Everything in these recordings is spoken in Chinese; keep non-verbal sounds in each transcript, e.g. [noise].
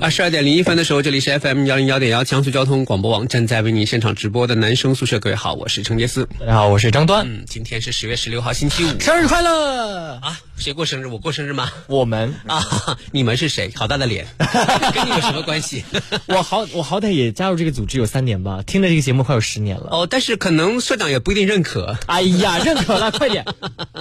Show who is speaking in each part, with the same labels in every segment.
Speaker 1: 二十二点零一分的时候，这里是 FM 幺零幺点幺江苏交通广播网正在为您现场直播的男生宿舍，各位好，我是程杰思，
Speaker 2: 大家好，我是张端。
Speaker 1: 嗯，今天是十月十六号星期五，
Speaker 2: 生日快乐
Speaker 1: 啊！谁过生日？我过生日吗？
Speaker 2: 我们
Speaker 1: 啊， [laughs] 你们是谁？好大的脸，跟你有什么关系？
Speaker 2: [laughs] 我好，我好歹也加入这个组织有三年吧，听着这个节目快有十年了。
Speaker 1: 哦，但是可能社长也不一定认可。
Speaker 2: 哎呀，认可了， [laughs] 快点！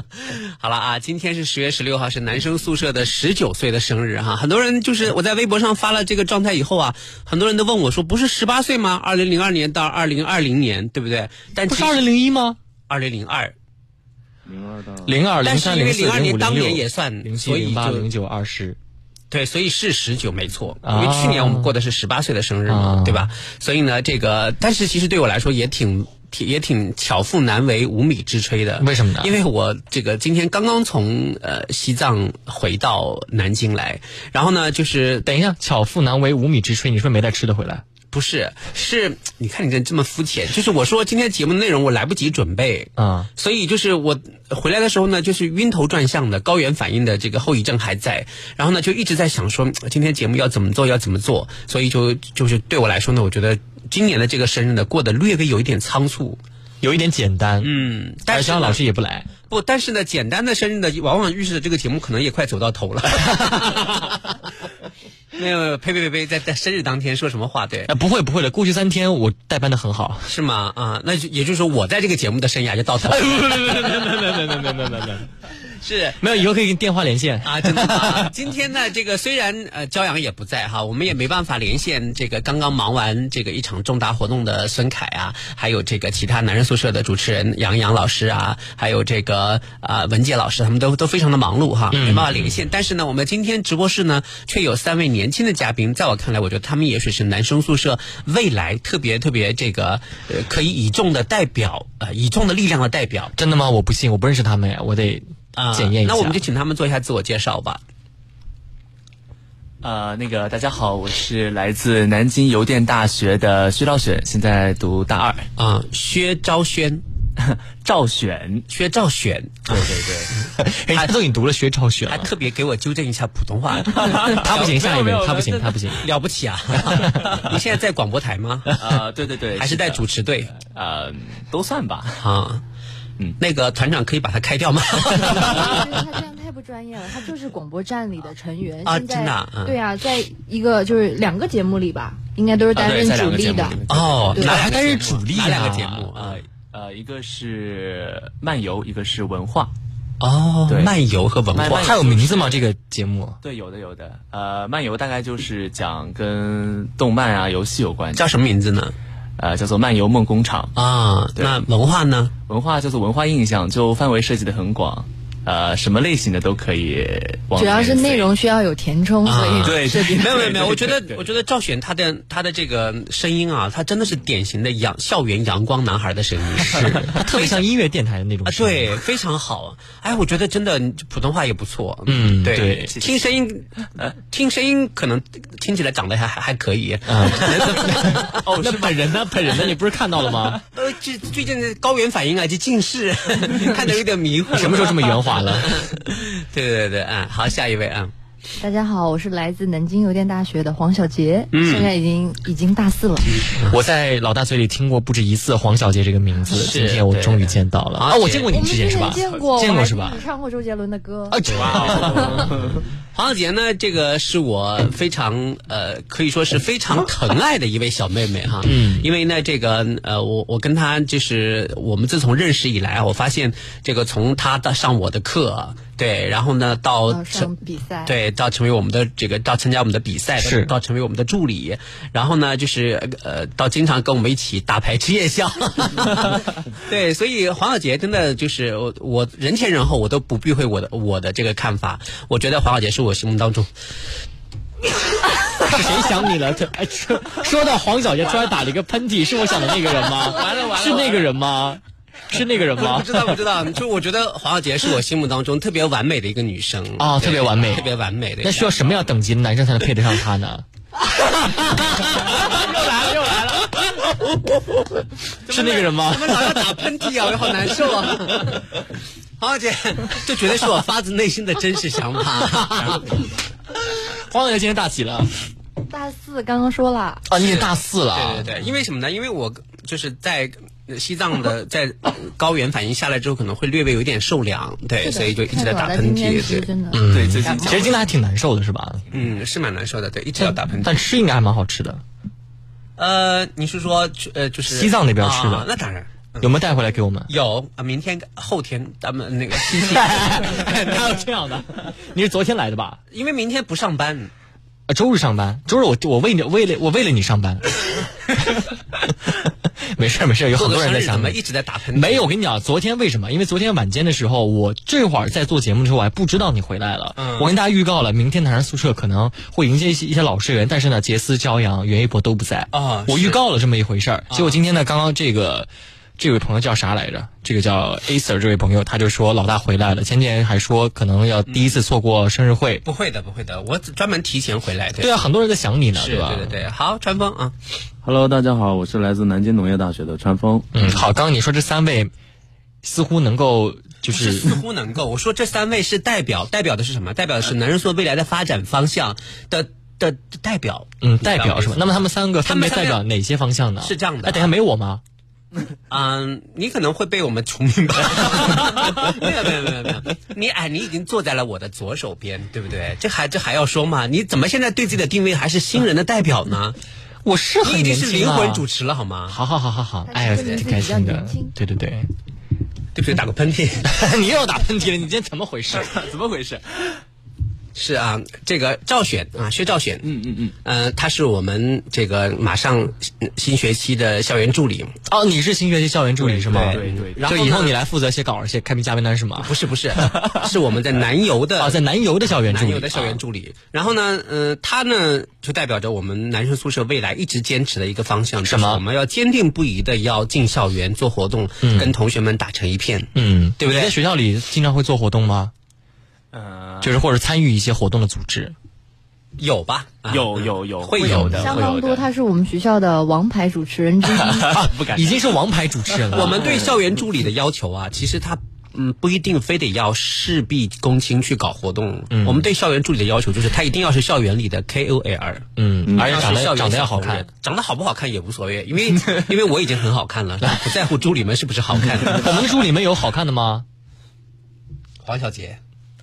Speaker 1: [laughs] 好了啊，今天是十月十六号，是男生宿舍的十九岁的生日哈、啊。很多人就是我在微博上发。发了这个状态以后啊，很多人都问我说：“不是十八岁吗？二零零二年到二零二零年，对不对？”但
Speaker 2: 不是二零零一吗？
Speaker 1: 二零零二，
Speaker 3: 零二到
Speaker 2: 零二零三零四
Speaker 1: 零五零
Speaker 2: 六，所以零八零九二十。
Speaker 1: 对，所以是十九没错，因
Speaker 2: 啊
Speaker 1: 为去年我们过的是十八岁的生日嘛，啊、对吧？所以呢，这个但是其实对我来说也挺。挺也挺巧妇难为无米之炊的，
Speaker 2: 为什么呢？
Speaker 1: 因为我这个今天刚刚从呃西藏回到南京来，然后呢就是
Speaker 2: 等一下，巧妇难为无米之炊，你说没带吃的回来？
Speaker 1: 不是，是你看你这这么肤浅，就是我说今天节目内容我来不及准备啊，嗯、所以就是我回来的时候呢，就是晕头转向的，高原反应的这个后遗症还在，然后呢就一直在想说今天节目要怎么做，要怎么做，所以就就是对我来说呢，我觉得今年的这个生日呢过得略微有一点仓促。
Speaker 2: 有一点简单，
Speaker 1: 嗯，但是
Speaker 2: 老师也不来。
Speaker 1: 不，但是呢，简单的生日呢，往往预示着这个节目可能也快走到头了。 [laughs] 没有，呸呸呸呸，在在生日当天说什么话？对，
Speaker 2: 呃、不会不会的，过去三天我代班的很好，
Speaker 1: 是吗？啊，那就也就是说，我在这个节目的生涯就到头了。
Speaker 2: 没没没没没没没没。
Speaker 1: 是
Speaker 2: 没有，以后可以跟电话连
Speaker 1: [laughs]
Speaker 2: 线
Speaker 1: 啊！真的、啊，今天呢，这个虽然呃，骄阳也不在哈，我们也没办法连线这个刚刚忙完这个一场重大活动的孙凯啊，还有这个其他男人宿舍的主持人杨洋老师啊，还有这个啊、呃、文杰老师，他们都都非常的忙碌哈，没办法连线。嗯、但是呢，我们今天直播室呢，却有三位年轻的嘉宾，在我看来，我觉得他们也许是男生宿舍未来特别特别这个呃可以倚重的代表，呃倚重的力量的代表。
Speaker 2: 真的吗？我不信，我不认识他们，我得。
Speaker 1: 啊，
Speaker 2: 检验一下。
Speaker 1: 那我们就请他们做一下自我介绍吧。
Speaker 4: 呃，那个大家好，我是来自南京邮电大学的薛兆选，现在读大二。
Speaker 1: 啊，薛昭轩，
Speaker 4: 赵选，
Speaker 1: 薛兆选，
Speaker 4: 对对
Speaker 2: 对，哎他都已经读了薛兆选，
Speaker 1: 还特别给我纠正一下普通 [laughs] 话，
Speaker 2: 他不行，下一位他不行，他不行，
Speaker 1: 了不 [laughs] 起啊！你现在在广播台
Speaker 4: [laughs]
Speaker 1: 吗？
Speaker 4: 啊，对对对，
Speaker 1: 呃还是在主持队？
Speaker 4: 呃，都算吧。
Speaker 1: 啊。嗯、那个团长可以把他开掉 [laughs] 吗？
Speaker 5: [laughs] 他这样太不专业了，他就是广播站里的成员
Speaker 1: 啊，真的、啊、
Speaker 5: 对啊，在一个就是两个节目里吧，应该都是担任主力的
Speaker 1: 哦，
Speaker 2: 哪还担任主力啊？
Speaker 1: 两个节目嗯哎
Speaker 4: 啊，呃，一个是漫游，一个是文化。
Speaker 1: 哦，漫游和文化，
Speaker 2: 它有名字吗？这个节目？
Speaker 4: 对，有的有的。呃，漫游大概就是讲跟动漫啊、游戏有关，
Speaker 1: 叫什么名字呢？
Speaker 4: 呃，叫做漫游梦工厂
Speaker 1: 啊。那文化呢？
Speaker 4: 文化叫做文化印象，就范围涉及的很广，呃，什么类型的都可以。
Speaker 5: 主要是内容需要有填充，
Speaker 1: 啊
Speaker 5: 所
Speaker 4: 对
Speaker 5: 以
Speaker 4: 对，
Speaker 1: 没有没有没有，我觉得我觉得赵选他的他的这个声音啊，他真的是典型的阳校园阳光男孩的声音，啊
Speaker 2: 是 [laughs] 特别像音乐电台的那种。
Speaker 1: 对，非常好。哎，我觉得真的普通话也不错。
Speaker 2: 嗯，
Speaker 1: 对，听声音，听声音可能听起来长得还还还可以。
Speaker 2: 嗯哦，那本人呢？本人呢？你不是看到
Speaker 1: [laughs]
Speaker 2: 了吗？
Speaker 1: [laughs] 呃，这最近高原反应啊，就近
Speaker 2: [laughs]
Speaker 1: 视，看着有点迷糊。
Speaker 2: 什么时候这么圆滑了？
Speaker 1: [laughs] 对对对，嗯，好，下一位啊。
Speaker 5: 大家好，我是来自南京邮电大学的黄小杰，嗯、现在已经已经大四了。
Speaker 1: 嗯
Speaker 2: 我在老大嘴里听过不止一次黄小杰这个名字，今天我终于见到了啊！我见过你之前是吧？
Speaker 5: 见过，
Speaker 2: 见过是吧？
Speaker 5: 你唱过周杰伦的歌
Speaker 2: 啊？
Speaker 1: 哦黄小杰呢，这个是我非常呃，可以说是非常疼爱的一位小妹妹哈。嗯，因为呢，这个呃，我我跟她就是我们自从认识以来，我发现这个从她到上我的课。对，然后呢，到
Speaker 5: 成比赛，
Speaker 1: 对，到成为我们的这个，到参加我们的比赛，
Speaker 2: 是
Speaker 1: 到成为我们的助理，然后呢，就是呃，到经常跟我们一起打牌吃夜 [laughs] 宵，对，所以黄小杰真的就是我，我人前人后我都不避讳我的我的这个看法，我觉得黄小杰是我心目当中。
Speaker 2: [laughs] 是谁想你了？这哎说说到黄小杰，突然打了一个喷嚏，是我想的那个人吗？
Speaker 1: [laughs] 完了完了
Speaker 2: 是那个人吗？是那个
Speaker 1: [laughs]
Speaker 2: 人
Speaker 1: 不
Speaker 2: 吗
Speaker 1: 知？道不知道，就我觉得黄小杰是我心目当中特别完美的一个女 [laughs] 生
Speaker 2: 哦
Speaker 1: 对
Speaker 2: 特别完美
Speaker 1: 特别完美的一个。
Speaker 2: 那需要什么样等级的男生才能配得上他呢？
Speaker 1: 又来了又来了，
Speaker 2: 是那个人吗
Speaker 1: 怎？么老要打喷嚏啊？我好难受 [laughs] 啊！黄小姐，这绝对是我发自内心的真实想法。
Speaker 2: 黄小杰今年大几了？
Speaker 5: 大四刚刚说了，
Speaker 2: 啊，你也大四了啊
Speaker 1: 对对对，因为什么呢？因为我就是在西藏的在高原反应下来之后，可能会略微有一点受凉，对，所以就一直在打喷
Speaker 5: 太
Speaker 1: 嚏，
Speaker 5: 多了今天吃
Speaker 1: 对，
Speaker 5: 真的，
Speaker 4: 对，最近
Speaker 2: 其实今天还挺难受的，是吧？
Speaker 1: 嗯，是蛮难受的，对，一直要打喷嚏。
Speaker 2: 但吃应该还蛮好吃的，
Speaker 1: 呃，你是说呃，就是
Speaker 2: 西藏那边吃的
Speaker 1: 啊那当然。
Speaker 2: 有没有带回来给我
Speaker 1: [laughs]
Speaker 2: 们？
Speaker 1: 有啊，明天后天咱们那个星
Speaker 2: [laughs]
Speaker 1: 期，
Speaker 2: 哪有这样的？你是昨天来的吧？
Speaker 1: 因为明天不上班，
Speaker 2: 啊，周日上班，周日我我为你为了我为了你上
Speaker 1: [laughs]
Speaker 2: 班。没事儿没事儿，有
Speaker 1: 做
Speaker 2: 很
Speaker 1: 个
Speaker 2: 多
Speaker 1: 生
Speaker 2: 人在
Speaker 1: 日怎
Speaker 2: 上
Speaker 1: 么
Speaker 2: 班
Speaker 1: 一。直在打喷嚏？
Speaker 2: 没有，我跟你讲，昨天为什么？因为昨天晚间的时候，我这会儿在做节目的时候，我还不知道你回来了。
Speaker 1: 嗯
Speaker 2: 我跟大家预告了，明天男人宿舍可能会迎接一些一些老社员，但是呢，杰斯、骄阳、袁一博都不在
Speaker 1: 啊
Speaker 2: 我预告了这么一回事儿。结果今天呢，刚刚这个这位朋友叫啥来着？这个叫 Acer 这位朋友，他就说老大回来了。前几天还说可能要第一次错过生日会。
Speaker 1: 不会的，不会的，我只专门提前回来的。
Speaker 2: 对啊，很多人在想你呢，
Speaker 1: 嗯是，
Speaker 2: 吧？
Speaker 1: 对对对，好，川风啊，
Speaker 4: Hello，大家好，我是来自南京农业大学的川峰。
Speaker 2: 嗯，好，刚刚你说这三位似乎能够就
Speaker 1: 不是
Speaker 2: 是
Speaker 1: 似乎能够，我说这三位是代表，代表的是什么？代表的是男人说未来的发展方向的的的代表，
Speaker 2: 嗯代表是吧？那么他们三个
Speaker 1: 他
Speaker 2: 分别
Speaker 1: 们三
Speaker 2: 代
Speaker 1: 个
Speaker 2: 表哪些方向呢？
Speaker 1: 是这样的啊
Speaker 2: 哎，等一下没我吗？
Speaker 1: 嗯，你可能会被我们除名吧？
Speaker 2: [laughs]
Speaker 1: 没有没有没有没有，你哎，你已经坐在了我的左手边，对不对？这还这还要说吗？你怎么现在对自己的定位还是新人的代表呢？
Speaker 2: 我是
Speaker 1: 你已经
Speaker 2: 很年
Speaker 1: 是
Speaker 2: 轻
Speaker 1: 灵
Speaker 2: 啊
Speaker 1: 魂主。持了好吗？
Speaker 2: 好好好好好，哎
Speaker 5: 但
Speaker 2: 呀，
Speaker 5: 是这个
Speaker 2: 挺
Speaker 5: 自己
Speaker 2: 开
Speaker 5: 比较
Speaker 2: 心的
Speaker 5: 年轻，
Speaker 2: 对对对。 [laughs]
Speaker 1: 对不起，打个喷嚏。
Speaker 2: 你又打喷嚏了，你今天怎么
Speaker 1: [laughs]
Speaker 2: 回事？
Speaker 4: 怎么回事？
Speaker 1: 是啊，这个赵选啊，薛赵选，嗯嗯嗯，呃，他是我们这个马上新新学期的校园助理，
Speaker 2: 哦，你是新学期校园助理是吗？
Speaker 4: 对对对
Speaker 1: 然后呢
Speaker 2: 就以后你来负责写稿、写开篇嘉宾单是吗？
Speaker 1: 不是不是， [laughs] 是我们在南邮的
Speaker 2: 啊，在南邮的校园助
Speaker 1: 男
Speaker 2: 理，
Speaker 1: 友的校园
Speaker 2: 啊
Speaker 1: 助理。然后呢，呃，他呢就代表着我们男生宿舍未来一直坚持的一个方向，
Speaker 2: 什么
Speaker 1: 就是我们要坚定不移的要进校园做活动，跟同学们打成一片。
Speaker 2: 嗯，
Speaker 1: 对不对
Speaker 2: 你在学校里经常会做活动吗？
Speaker 4: 呃，
Speaker 2: 就是或者参与一些活动的组
Speaker 1: [laughs]
Speaker 2: 织。
Speaker 1: 有吧？啊
Speaker 4: 有有有
Speaker 1: 会有的
Speaker 5: 相当多，他是我们学校的王牌主持
Speaker 1: [laughs]
Speaker 5: 人之一。
Speaker 4: 不敢
Speaker 2: 啊已经是王牌主持人了。
Speaker 1: 我们对校园助理的要求啊，其实他。嗯，不一定非得要事必躬亲去搞活动。我们对校园助理的要求就是，他一定要是校园里的 KOL，
Speaker 2: 嗯，而且长
Speaker 1: 要是校
Speaker 2: 得
Speaker 1: 园
Speaker 2: 长得要
Speaker 1: 小
Speaker 2: 好
Speaker 1: 红
Speaker 2: 看
Speaker 1: 人。，长得好不好看也无所谓，因为因为我已经很好看了，不在乎助理们是不是好看。
Speaker 6: [laughs]
Speaker 2: 我们的助理们有好看的吗？
Speaker 1: 黄小杰，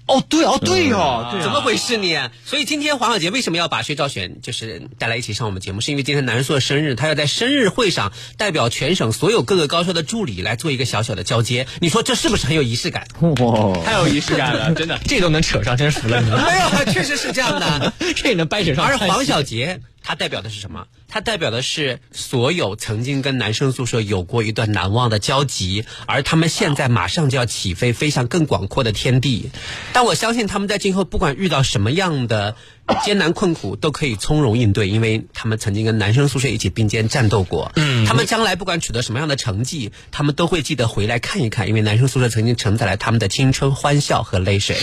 Speaker 2: 哦，对哦，对哦，
Speaker 1: [laughs]
Speaker 2: 对
Speaker 1: 怎么回事你？所以今天黄小杰为什么要把薛兆玄就是带来一起上我们节目，是因为今天男人做的生日，他要在生日会上代表全省所有各个高校的助理来做一个小小的交接。你说这是不是很有仪式感？
Speaker 4: 哇，
Speaker 6: 太有仪式感了，真的。
Speaker 2: 啊 [laughs] 这都能扯上，真服了你们。
Speaker 1: [laughs] 没有，啊确实是这
Speaker 6: [laughs]
Speaker 1: 样的。
Speaker 2: 这也能掰扯上
Speaker 1: 而
Speaker 2: 关系。
Speaker 1: 黄小杰他代表的是什么？他代表的是所有曾经跟男生宿舍有过一段难忘的交集，而他们现在马上就要起飞，飞向更广阔的天地。但我相信他们在今后不管遇到什么样的艰难困苦，都可以从容应对，因为他们曾经跟男生宿舍一起并肩战斗过。嗯，他们将来不管取得什么样的成绩，他们都会记得回来看一看，因为男生宿舍曾经承载了他们的青春、欢笑和泪水，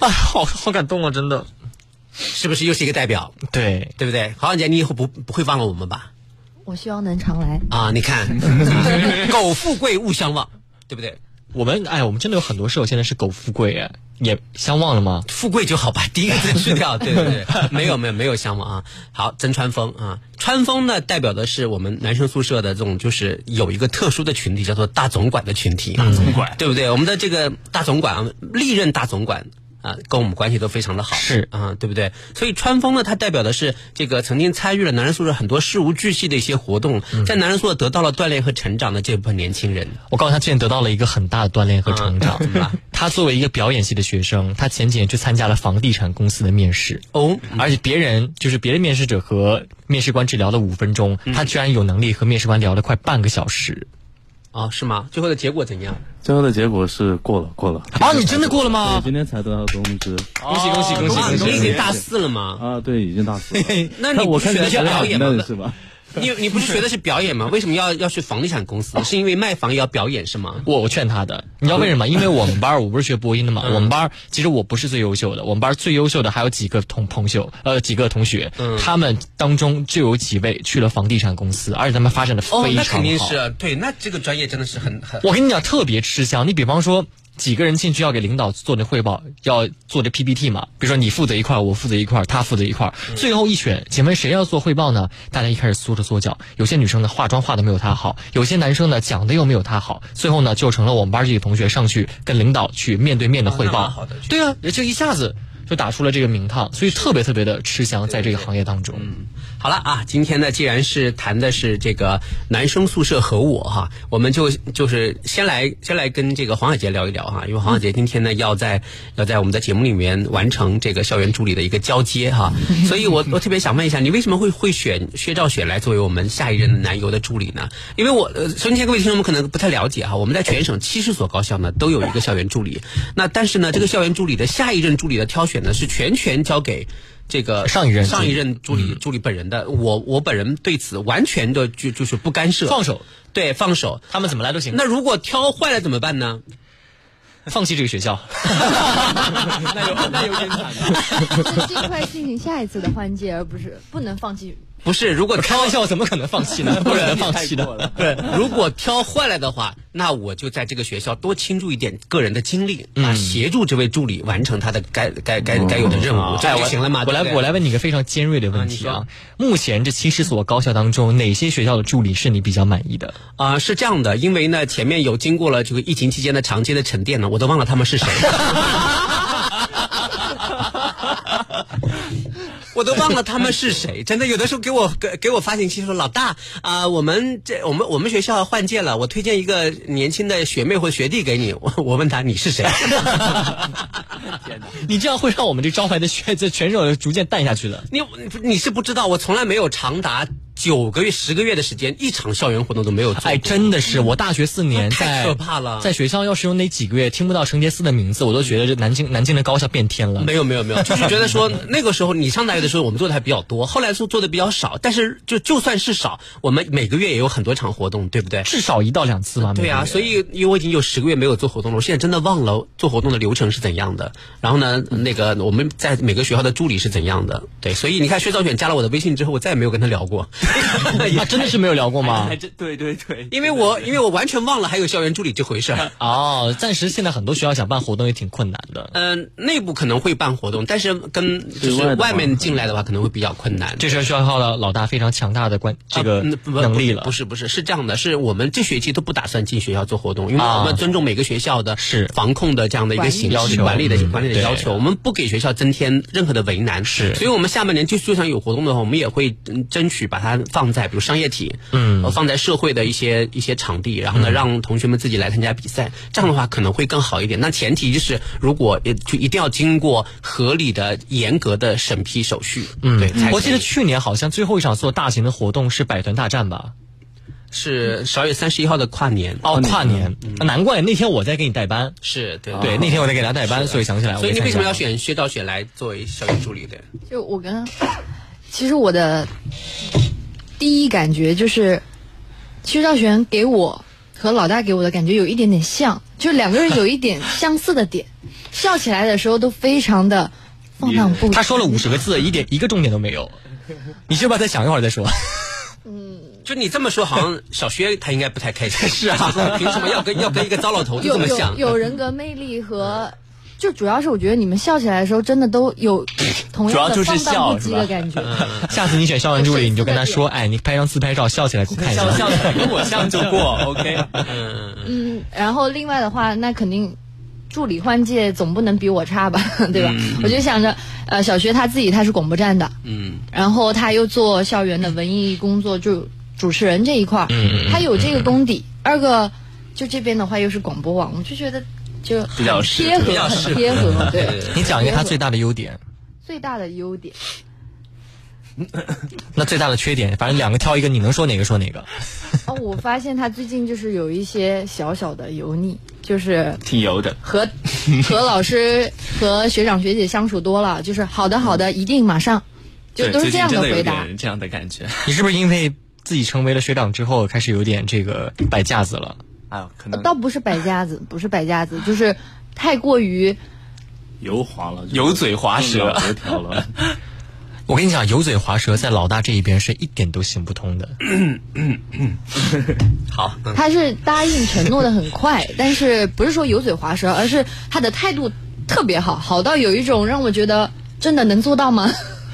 Speaker 2: 哎，好好感动啊，真的。
Speaker 1: 是不是又是一个代表？
Speaker 2: 对，
Speaker 1: 对不对？黄小杰，你以后不不会忘了我们吧？
Speaker 5: 我希望能常来。
Speaker 1: 啊，你看， [laughs] 苟富贵勿相忘，对不对？
Speaker 2: 我们哎，我们真的有很多舍友现在是狗富贵哎，也相忘了吗？
Speaker 1: 富贵就好，把第一个字去掉，对对 [laughs] 对，没有没有没有相忘啊。好，曾川峰啊，川峰呢代表的是我们男生宿舍的这种，就是有一个特殊的群体，叫做大总管的群体。大总管，对不对？我们的这个大总管啊，历任大总管。啊，跟我们关系都非常的好，
Speaker 2: 是
Speaker 1: 啊，对不对？所以川峰呢，他代表的是这个曾经参与了男人宿舍很多事无巨细的一些活动，在男人宿舍得到了锻炼和成长的这部分年轻人。
Speaker 2: 我告诉他，之前得到了一个很大的锻炼和成长。
Speaker 1: 嗯怎么了
Speaker 2: [laughs] 他作为一个表演系的学生，他前几年去参加了房地产公司的面试。
Speaker 1: 哦，
Speaker 2: 而且别人就是别的面试者和面试官只聊了五分钟，他居然有能力和面试官聊了快半个小时。
Speaker 1: 啊，是吗？最后的结果怎样？
Speaker 7: 最后的结果是过了，过了。
Speaker 2: 啊，你真的过了吗
Speaker 1: 哦
Speaker 7: 我？今天才得到通知
Speaker 2: 恭喜恭喜恭喜
Speaker 1: 哇，
Speaker 2: 恭
Speaker 1: 你啊已
Speaker 2: 喜！
Speaker 1: 经大四了吗？
Speaker 7: 啊，对，已经大四了。
Speaker 1: 那你
Speaker 7: 我
Speaker 1: 不
Speaker 7: 看
Speaker 1: 学的
Speaker 7: 起
Speaker 1: 是
Speaker 7: 来
Speaker 1: 表
Speaker 7: 很
Speaker 1: 演
Speaker 7: 好
Speaker 1: 吗
Speaker 7: 的？是吧？
Speaker 1: [laughs] 你你不是学的是表演吗？为什么要要去房地产公司？是因为卖房也要表演是吗？
Speaker 2: 我我劝他的，你知道为什么？因为我们班儿我不是学播音的嘛，
Speaker 1: 嗯
Speaker 2: 我们班儿其实我不是最优秀的，我们班儿最优秀的还有几个同朋友，呃，几个同学，
Speaker 1: 嗯
Speaker 2: 他们当中就有几位去了房地产公司，而且他们发展的非常好。
Speaker 1: 哦那肯定是啊对，那这个专业真的是很很
Speaker 2: 我跟你讲，特别吃香。你比方说，几个人进去要给领导做那汇报，要做这 PPT 嘛。比如说你负责一块儿，我负责一块儿，他负责一块儿，
Speaker 1: 嗯
Speaker 2: 最后一选，请问谁要做汇报呢？大家一开始缩着缩脚，有些女生呢化妆化的没有他好，有些男生呢讲的又没有他好，最后呢就成了我们班这个同学上去跟领导去面对面的汇
Speaker 1: 那蛮
Speaker 2: 报
Speaker 1: 好的。
Speaker 2: 对啊，就一下子就打出了这个名堂，所以特别特别的吃香，在这个行业当中。
Speaker 1: 好了啊，今天呢，既然是谈的是这个男生宿舍和我哈，我们就就是先来先来跟这个黄小杰聊一聊哈，因为黄小杰今天呢要在要在我们的节目里面完成这个校园助理的一个交接
Speaker 2: [laughs]
Speaker 1: 哈，所以我我特别想问一下，你为什么会会选薛兆雪来作为我们下一任的男游的助理呢？因为我呃，首先各位听众们可能不太了解哈，我们在全省七十所高校呢都有一个校园助理，那但是呢，这个校园助理的下一任助理的挑选呢是全权交给。这个
Speaker 2: 上一任
Speaker 1: 上一任助理助理本人的，我我本人对此完全的就就是不干涉，
Speaker 2: 放手，
Speaker 1: 对放手。
Speaker 2: 他们怎么来都行，
Speaker 1: 那如果挑坏了怎么办
Speaker 2: [laughs]
Speaker 1: 呢？
Speaker 2: 放弃这个
Speaker 1: [laughs]
Speaker 2: 学校。
Speaker 1: 那有那有点惨。
Speaker 5: 是尽快进行下一次的换届，而不是不能放弃。
Speaker 1: [laughs] 不是，如果
Speaker 2: 开
Speaker 1: 挑
Speaker 2: 玩笑，怎么可能放弃
Speaker 1: [laughs]
Speaker 2: 呢？不可能放弃
Speaker 7: [laughs]
Speaker 2: 的。
Speaker 1: 对，如果挑坏了的话，那我就在这个学校多倾注一点个人的精力，
Speaker 2: 嗯
Speaker 1: 啊，协助这位助理完成他的该该该该有的任务，这样就行了嘛？
Speaker 2: 嗯哎我来
Speaker 1: 对不对
Speaker 2: 我来问你一个非常尖锐的问题
Speaker 1: 啊
Speaker 2: 啊！目前这七十所高校当中，哪些学校的助理是你比较满意的？
Speaker 1: 啊、是这样的，因为呢，前面有经过了这个疫情期间的长期的沉淀呢，我都忘了他们是谁。 [laughs] 我都忘了他们是谁，真的有的时候给我给给我发信息说老大啊、我们这我们我们学校换届了，我推荐一个年轻的学妹或学弟给你， [laughs] 我我问他你是谁？ [laughs]
Speaker 2: 你这样会让我们这招牌的学这选手逐渐淡下去的。
Speaker 1: 你你是不知道，我从来没有长达九个月十个月的时间一场校园活动都没有做过。
Speaker 2: 哎，真的是，我大学四年
Speaker 1: 那太
Speaker 2: 在
Speaker 1: 可怕了
Speaker 2: 在学校要是有哪几个月听不到程杰思的名字，我都觉得这南京南京的高校变天了。
Speaker 1: [laughs] 没有没有没有，就是觉得说那个时候你上大学的时候，我们做的还比较多，后来做做的比较少。但是就就算是少，我们每个月也有很多场活动，对不对？
Speaker 2: 至少一到两次吧。
Speaker 1: 对啊，
Speaker 2: 每个月
Speaker 1: 所以因为我已经有十个月没有做活动了，我现在真的忘了做活动的流程是怎样的。然后呢，那个我们在每个学校的助理是怎样的？对，所以你看薛兆选加了我的微信之后，我再也没有跟他聊
Speaker 7: [laughs]
Speaker 1: 过，
Speaker 2: 啊，真的是没有聊过吗
Speaker 4: 还？真对对对，
Speaker 1: 因为我因为我完全忘了还有校园助理这回事儿。
Speaker 2: 哦，暂时现在很多学校想办活动也挺困难的。
Speaker 1: 嗯、内部可能会办活动，但是跟就
Speaker 7: 对
Speaker 1: 是
Speaker 7: 外的话
Speaker 1: 外面进来的话，可能会比较困难。
Speaker 2: 这是需要靠了老大非常强大的关这个
Speaker 1: 啊嗯不不
Speaker 2: 能力了。
Speaker 1: 不是不是是这样的，是我们这学期都不打算进学校做活动，因为
Speaker 2: 啊
Speaker 1: 我们尊重每个学校的
Speaker 2: 是
Speaker 1: 防控的这样的一个形
Speaker 2: 管理要
Speaker 1: 式
Speaker 2: 求
Speaker 1: 管理的
Speaker 2: 嗯
Speaker 1: 管理的
Speaker 2: 对
Speaker 1: 要求，我们不给学校增添任何的为难。
Speaker 2: 是
Speaker 1: 所以我们下半年就就算有活动的话，我们也会嗯争取把它放在比如商业体，嗯、放在社会的一些一些场地，然后呢、
Speaker 2: 嗯
Speaker 1: 让同学们自己来参加比赛，这样的话可能会更好一点。那前提就是如果呃就一定要经过合理的、严格的审批手续，嗯对，才
Speaker 2: 我记
Speaker 1: 可
Speaker 2: 得
Speaker 1: 以
Speaker 2: 去年好像最后一场做大型的活动是百团大战吧？
Speaker 1: 是十二月三十一号的跨年。
Speaker 2: 哦，跨年，
Speaker 1: 嗯
Speaker 2: 啊难怪那天我在给你代班。
Speaker 1: 是对
Speaker 2: 对，那天我在给大家代班，所以想起来我
Speaker 1: 哦啊所
Speaker 2: 没参加。
Speaker 1: 以你为什么要选薛兆雪来作为校园助理的？
Speaker 5: 就我刚刚，其实我的第一感觉就是，薛兆玄给我和老大给我的感觉有一点点像，就两个人有一点相似的点，笑起来的时候都非常的放荡不羁。
Speaker 2: 他说了五十个字，一点一个重点都没有。你是不是再想一会儿再说？
Speaker 1: 就你这么说，好像小薛他应该不太开心。是啊，凭什么要跟要跟一个糟老头子
Speaker 5: [laughs] 有
Speaker 1: 这么
Speaker 5: 有
Speaker 1: 想？
Speaker 5: 有人格魅力和。就主要是我觉得你们笑起来的时候，真的都有同样的放荡不羁的感觉。
Speaker 2: 下次你选校园助理，你就跟他说，哎，你拍张自拍照，笑起来给我看一下。
Speaker 4: 笑笑起
Speaker 1: [laughs]
Speaker 4: 来跟我像就过，OK。
Speaker 5: 嗯，然后另外的话，那肯定助理换届总不能比我差吧， [laughs] 对吧？我就想着，呃，小学他自己他是广播站的，
Speaker 1: 嗯，
Speaker 5: 然后他又做校园的文艺工作，就主持人这一块儿，他有这个功底。二个就这边的话又是广播网，我就觉得就比较贴合，很贴合， [laughs] 对。
Speaker 2: 你讲一个他最大的优点，
Speaker 5: 最大的优点，
Speaker 2: 那最大的缺点，反正两个挑一个，你能说哪个说哪个。
Speaker 5: 哦，我发现他最近就是有一些小小的油腻，就是
Speaker 4: 挺油的。
Speaker 5: 和和老师和学长学姐相处多了，就是好的好的，一定马上，就
Speaker 4: 对
Speaker 5: 都
Speaker 4: 最
Speaker 5: 是这
Speaker 4: 近
Speaker 5: 样
Speaker 4: 真的有
Speaker 5: 回答。
Speaker 4: 点这样的感觉。
Speaker 2: 你是不是因为自己成为了学长之后，开始有点这个摆架子了？
Speaker 4: 啊，可
Speaker 5: 倒
Speaker 4: 能
Speaker 5: 不是摆架子，不是摆架子，就是太过于
Speaker 7: 油滑了，就是
Speaker 4: 油嘴滑舌
Speaker 7: 油条
Speaker 1: [laughs]
Speaker 7: 了。
Speaker 2: 我跟你讲，油嘴滑舌在老大这一边是一点都行不通的。
Speaker 1: 好，嗯
Speaker 5: 他是答应承诺的很快，但是不是说油嘴滑舌，而是他的态度特别好，好到有一种让我觉得真的能做到吗？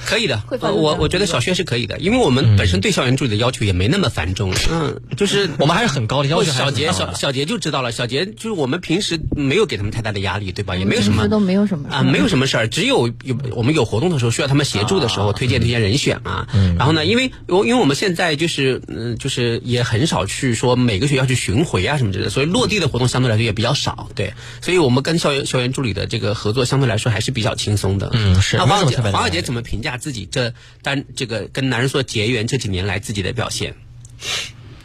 Speaker 1: 可以的
Speaker 5: 会，发
Speaker 1: 呃
Speaker 5: 生这
Speaker 1: 我
Speaker 5: 样
Speaker 1: 我觉得小薛是可以的，因为我们本身对校园助理的要求也没那么繁重，嗯，就是
Speaker 2: 我们还是很高的要求，还是
Speaker 1: 小
Speaker 2: 很
Speaker 1: 杰
Speaker 2: 高
Speaker 1: 小
Speaker 2: 的
Speaker 1: 小杰就知道了，小杰就是我们平时没有给他们太大的压力，对吧？也没有什
Speaker 5: [laughs] 平
Speaker 1: 么
Speaker 5: 时都没有什么
Speaker 1: 啊，没有什么事儿，只有有我们有活动的时候需要他们协助的时候，推荐推荐人选啊。
Speaker 2: 嗯
Speaker 1: 然后呢，因为我因为我们现在就是嗯、就是也很少去说每个学校去巡回啊什么之类的，所以落地的活动相对来说也比较少，对。所以我们跟校园校园助理的这个合作相对来说还是比较轻松的。
Speaker 2: 嗯是
Speaker 1: 那
Speaker 2: 没
Speaker 1: 黄小姐
Speaker 2: 什么特别的
Speaker 1: 黄小
Speaker 2: 压
Speaker 1: 姐
Speaker 2: 力
Speaker 1: 怎么评价自己这单这个跟男人说结缘这几年来自己的表现？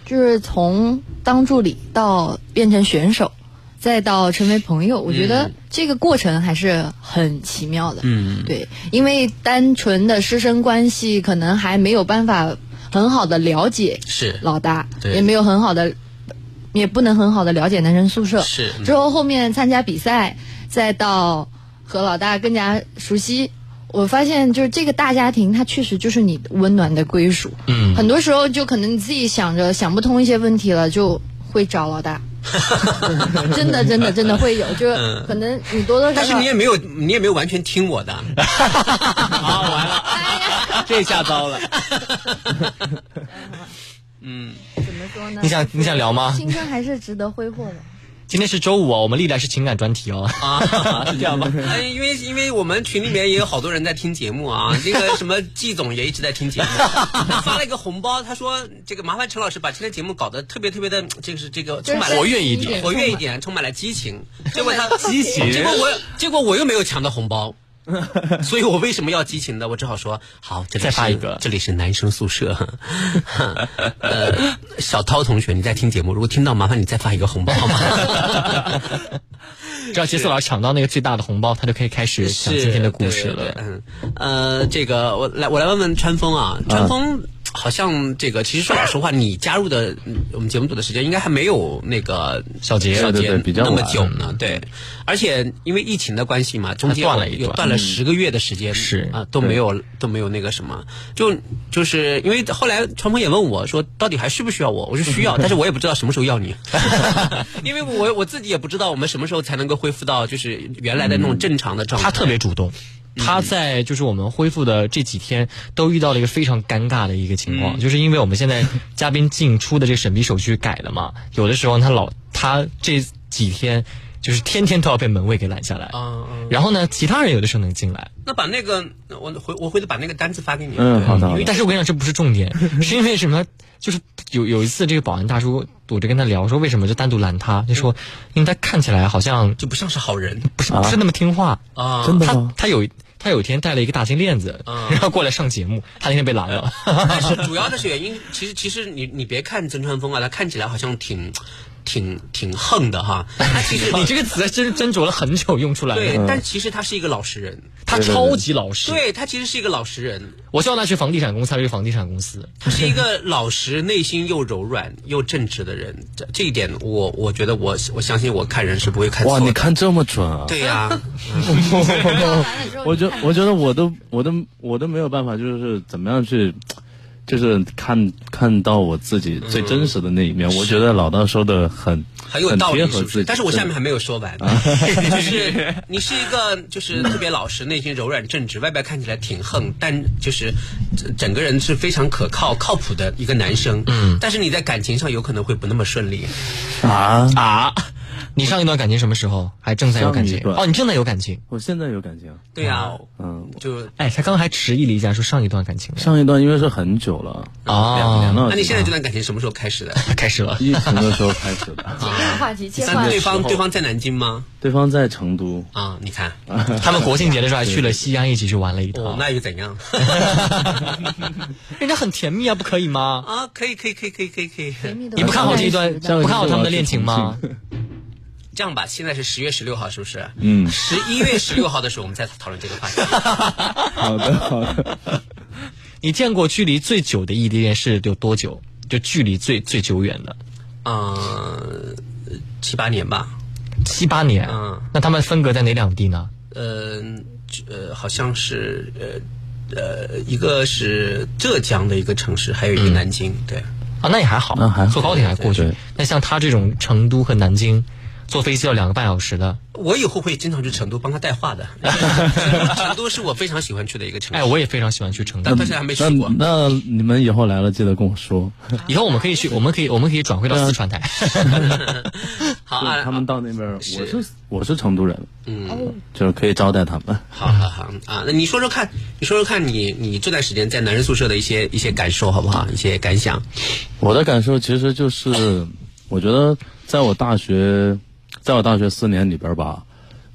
Speaker 5: 就是从当助理到变成选手，再到成为朋友，我觉
Speaker 1: 嗯
Speaker 5: 得这个过程还是很奇妙的。嗯，对，因为单纯的师生关系可能还没有办法很好的了解
Speaker 1: 是
Speaker 5: 老大，
Speaker 1: 对
Speaker 5: 也没有很好的，也不能很好的了解男生宿舍。
Speaker 1: 是嗯
Speaker 5: 之后后面参加比赛，再到和老大更加熟悉。我发现就是这个大家庭，它确实就是你温暖的归属。嗯，很多时候就可能你自己想着想不通一些问题了，就会找
Speaker 1: [laughs]
Speaker 5: 老大。真的，真的，真的会有，就是可能你多多少少。
Speaker 1: 嗯但是你也没有，你也没有完全听我的。啊，完
Speaker 5: 哎
Speaker 1: 了，
Speaker 5: 呀，
Speaker 1: [laughs] 这下糟了。
Speaker 5: 怎么说呢？
Speaker 2: 你想你想聊吗？
Speaker 5: 青春还是值得挥霍的。
Speaker 2: [laughs] 今天是周五啊，我们历来是情感专题哦。 [laughs]
Speaker 1: 啊，是这样 [laughs] 吗？哎，因为因为我们群里面也有好多人在听节目啊，这个什么季总也一直在听节目，他发了一个红包，他说这个麻烦陈老师把今天节目搞得特别特别的，这个是这个充满了
Speaker 5: 活跃一点
Speaker 1: 活跃一点，充满了激情。结果他激情，结果我结果我又没有抢到红包。所以我为什么要激情呢？我只好说好，这里
Speaker 2: 再发
Speaker 1: 是
Speaker 2: 一个
Speaker 1: 这里是男生宿舍。 [laughs] 呃，小涛同学，你在听节目，如果听到，麻烦你再发一个红包好吗？
Speaker 2: 只要杰斯老师抢到那个最大的红包，他就可以开始讲今天的故事
Speaker 1: 对对对
Speaker 2: 了。
Speaker 1: 嗯，呃，这个我来我来问问川峰啊，
Speaker 2: 嗯
Speaker 1: 川峰好像这个其实说老实话，你加入的嗯我们节目组的时间应该还没有那个
Speaker 2: 小杰嗯
Speaker 1: 小
Speaker 7: 对
Speaker 1: 杰
Speaker 7: 对对比较
Speaker 1: 那么
Speaker 7: 晚
Speaker 1: 久呢。对，而且因为疫情的关系嘛，中间
Speaker 2: 断了一
Speaker 1: 有
Speaker 2: 段嗯
Speaker 1: 断了十个月的时间，
Speaker 2: 是
Speaker 1: 啊，都没有都没有那个什么，就就是因为后来川峰也问我说，到底还需不需要我？我说需要，但是我也不知道什么时候要你，因为我我自己也不知道我们什么时候才能够恢复到就是原来的那种正常的状态。
Speaker 2: 他特别主动，
Speaker 1: 嗯
Speaker 2: 他在就是我们恢复的这几天都遇到了一个非常尴尬的一个情况，
Speaker 1: 嗯
Speaker 2: 就是因为我们现在嘉宾进出的这个审批手续改了嘛，有的时候他老他这几天就是天天都要被门卫给拦下来。
Speaker 1: 嗯嗯，
Speaker 2: 然后呢，其他人有的时候能进来，
Speaker 1: 那把那个我回我回头把那个单子发给你。
Speaker 7: 嗯
Speaker 1: 对
Speaker 7: 好的好的
Speaker 1: 因为
Speaker 2: 但是我跟你讲，这不是
Speaker 7: [laughs]
Speaker 2: 重点，是因为什么？就是有有一次，这个保安大叔，我就跟他聊说，为什么就单独拦他？就
Speaker 7: 嗯
Speaker 2: 说，因为他看起来好像
Speaker 1: 就不像是好人
Speaker 2: 不是、不是那么听话
Speaker 1: 啊
Speaker 7: 真的
Speaker 2: 他
Speaker 7: 吗
Speaker 2: 他有他有一天带了一个大金链子，然后过来上节目，他那天被拦了。
Speaker 1: 但是主要的是原因，其实其实你你别看曾川峰啊，他看起来好像挺挺挺横的哈，他其
Speaker 2: [laughs]
Speaker 1: 实
Speaker 2: [laughs] 你这个词真斟酌了很久用出来
Speaker 1: 对
Speaker 2: 的，，
Speaker 1: 但其实他是一个老实人，
Speaker 2: 他超级老实。
Speaker 1: 对他其实是一个老实人，
Speaker 2: 我叫他去房地产公司，他就去房地产公司。
Speaker 1: 他是一个老实、内心又柔软又正直的人，这这一点我我觉得我我相信我看人是不会看错
Speaker 7: 哇，
Speaker 1: 的。
Speaker 7: 你看这么准啊！
Speaker 1: 对呀、
Speaker 5: 说完了之后，
Speaker 7: [laughs] 我觉
Speaker 5: [laughs] 你看
Speaker 7: 我觉得我都我都我都没有办法，就是怎么样去，就是看看到我自己最真实的那一面。我觉得老大说的很
Speaker 1: 很有道理，
Speaker 7: 贴
Speaker 1: 是
Speaker 7: 合
Speaker 1: 不
Speaker 7: 自
Speaker 1: 是？
Speaker 7: 己。
Speaker 1: 但是我下面
Speaker 7: 对
Speaker 1: 还没有说
Speaker 7: [laughs]
Speaker 1: 完，就是你是一个就是特别老实、内心柔软、正直，外表看起来挺横，但就是整整个人是非常可靠、靠谱的一个男生。嗯，但是你在感情上有可能会不那么顺利。
Speaker 7: 啊，
Speaker 2: 啊， [laughs] 你上一段感情什么时候？还正在有感
Speaker 7: 上
Speaker 2: 情
Speaker 7: 一？段
Speaker 2: 哦，你正在有感情。
Speaker 7: 我现在有感情。
Speaker 1: 对呀、
Speaker 7: 嗯，
Speaker 1: 就
Speaker 2: 哎，他刚刚还迟疑了一下，说上一段感情
Speaker 7: 上一段因为是很久了，
Speaker 2: 啊
Speaker 7: 两年了。
Speaker 1: 那你现在这段感情什么时候开始的？
Speaker 2: 开始了。
Speaker 7: 疫情的时候开始的，
Speaker 2: [laughs]
Speaker 5: 切换话题，切
Speaker 1: 那
Speaker 5: 换
Speaker 1: 对方对方在南京吗？
Speaker 7: 对方在成都，
Speaker 1: 啊，
Speaker 7: [laughs]
Speaker 1: 你看，
Speaker 2: [laughs] 他们国庆节的时候还去了西安，一起去玩了一
Speaker 1: 哦
Speaker 2: 趟，。
Speaker 1: 那又怎样？
Speaker 2: 人家很甜蜜啊，不可以吗？
Speaker 1: 啊，可以可以可以可以可以可以，
Speaker 5: 甜蜜的
Speaker 2: 你不看好这一段，
Speaker 5: 开始的
Speaker 2: 不看好他们的恋情吗？
Speaker 1: 这这样吧，现在是十月十六号，是不是？
Speaker 7: 嗯
Speaker 1: 十一月十六号的时候，我们再讨论这个
Speaker 7: [laughs]
Speaker 1: 话题。
Speaker 7: [laughs] 好的，好的。
Speaker 2: 你见过距离最久的异地恋是有多久？就距离最最久远的
Speaker 1: 嗯，七八年吧。
Speaker 2: 七八年。
Speaker 1: 嗯
Speaker 2: 那他们分隔在哪两地呢？
Speaker 1: 呃呃，好像是呃呃，一个是浙江的一个城市，还有一个
Speaker 7: 嗯
Speaker 1: 南京。对，
Speaker 2: 啊，那也还好，
Speaker 7: 那还好
Speaker 2: 坐高铁还过
Speaker 7: 对
Speaker 2: 去
Speaker 7: 对。
Speaker 2: 那像他这种成都和南京，坐飞机要两个半小时的，
Speaker 1: 我以后会经常去成都帮他带
Speaker 7: [laughs]
Speaker 1: 话的。成都成都是我非常喜欢去的一个城市。
Speaker 2: 哎，我也非常喜欢去成
Speaker 1: 但
Speaker 2: 都。
Speaker 1: 到现在还 [laughs] 没去
Speaker 7: 那
Speaker 1: 过。
Speaker 7: 那你们以后来了记得跟我说，
Speaker 2: 以后我们可以去，我们可以我们可以转回到
Speaker 7: 啊
Speaker 2: 四川 [laughs] 台。
Speaker 1: 好
Speaker 7: 就
Speaker 1: 啊，
Speaker 7: 嗯
Speaker 1: 嗯
Speaker 7: 他们到那边，我是我是成都人，
Speaker 5: 哦，
Speaker 7: 就是可以招待他们。
Speaker 1: 好好好啊，那你说说看，你说说看你你这段时间在男人宿舍的一些一些感受好不好？一些感想。
Speaker 7: 我的感受其实就是，我觉得在我大学，在我大学四年里边吧，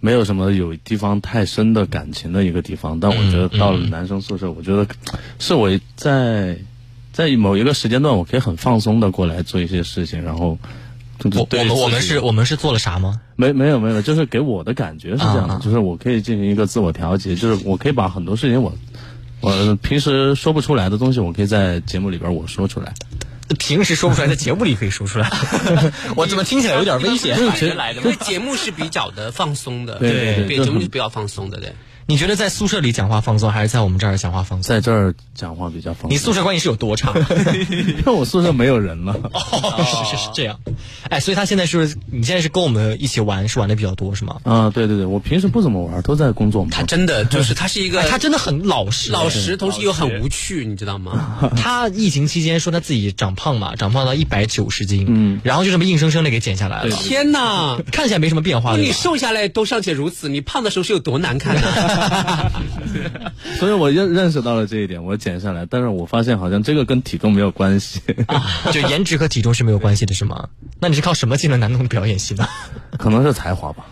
Speaker 7: 没有什么有地方太深的感情的一个地方。但我觉得到了男生宿舍，我觉得是我在在某一个时间段，我可以很放松的过来做一些事情，然后就
Speaker 2: 我
Speaker 7: 对
Speaker 2: 我们
Speaker 7: 自己
Speaker 2: 我们是我们是做了啥吗？
Speaker 7: 没没有没有，就是给我的感觉是这样的，
Speaker 2: 啊啊
Speaker 7: 就是我可以进行一个自我调节，就是我可以把很多事情我我平时说不出来的东西，我可以在节目里边我说出来。
Speaker 2: 平时说不出来，在节目里可以说出 [laughs] 来。我怎么听起来有点危 [laughs] 险？啊
Speaker 1: 来的，因为节目是比较的放松的，
Speaker 7: 对
Speaker 1: 对
Speaker 7: 对对
Speaker 1: 对，
Speaker 7: 就
Speaker 1: 节目
Speaker 7: 很
Speaker 1: 是比较放松的，对。
Speaker 2: 你觉得在宿舍里讲话放松，还是在我们这儿讲话放 [laughs] 松？
Speaker 7: 在这儿讲话比较方便。
Speaker 2: 你宿舍关系是有多 [laughs] 差？
Speaker 7: 因为我宿舍没有人了，
Speaker 2: 哦，是是是这样。哎，所以他现在是，你现在是跟我们一起玩，是玩的比较多，是吗？
Speaker 7: 啊，对对对，我平时不怎么玩，都在工作
Speaker 1: 他
Speaker 7: 忙。
Speaker 1: 真的就是他是一个
Speaker 2: 哎， [laughs] 他真的很老实，嗯
Speaker 1: 老实，同时又很无趣，你知道吗？
Speaker 2: [laughs] 他疫情期间说他自己长胖嘛，长胖到一百九十斤，嗯，然后就这么硬生生的给减下来了，
Speaker 1: 天哪！
Speaker 2: 看起来没什么变化。
Speaker 1: 不，
Speaker 2: 对
Speaker 1: 你
Speaker 2: 吧
Speaker 1: 瘦下来都尚且如此，你胖的时候是有多难看啊？ [laughs]
Speaker 7: 所以我认认识到了这一点，我减下来，但是我发现好像这个跟体重没有关系，
Speaker 2: [laughs] 就颜值和体重是没有关系的，是吗？那你是靠什么技能难弄表演系 [laughs] 的？
Speaker 7: [laughs] 可能是才华吧。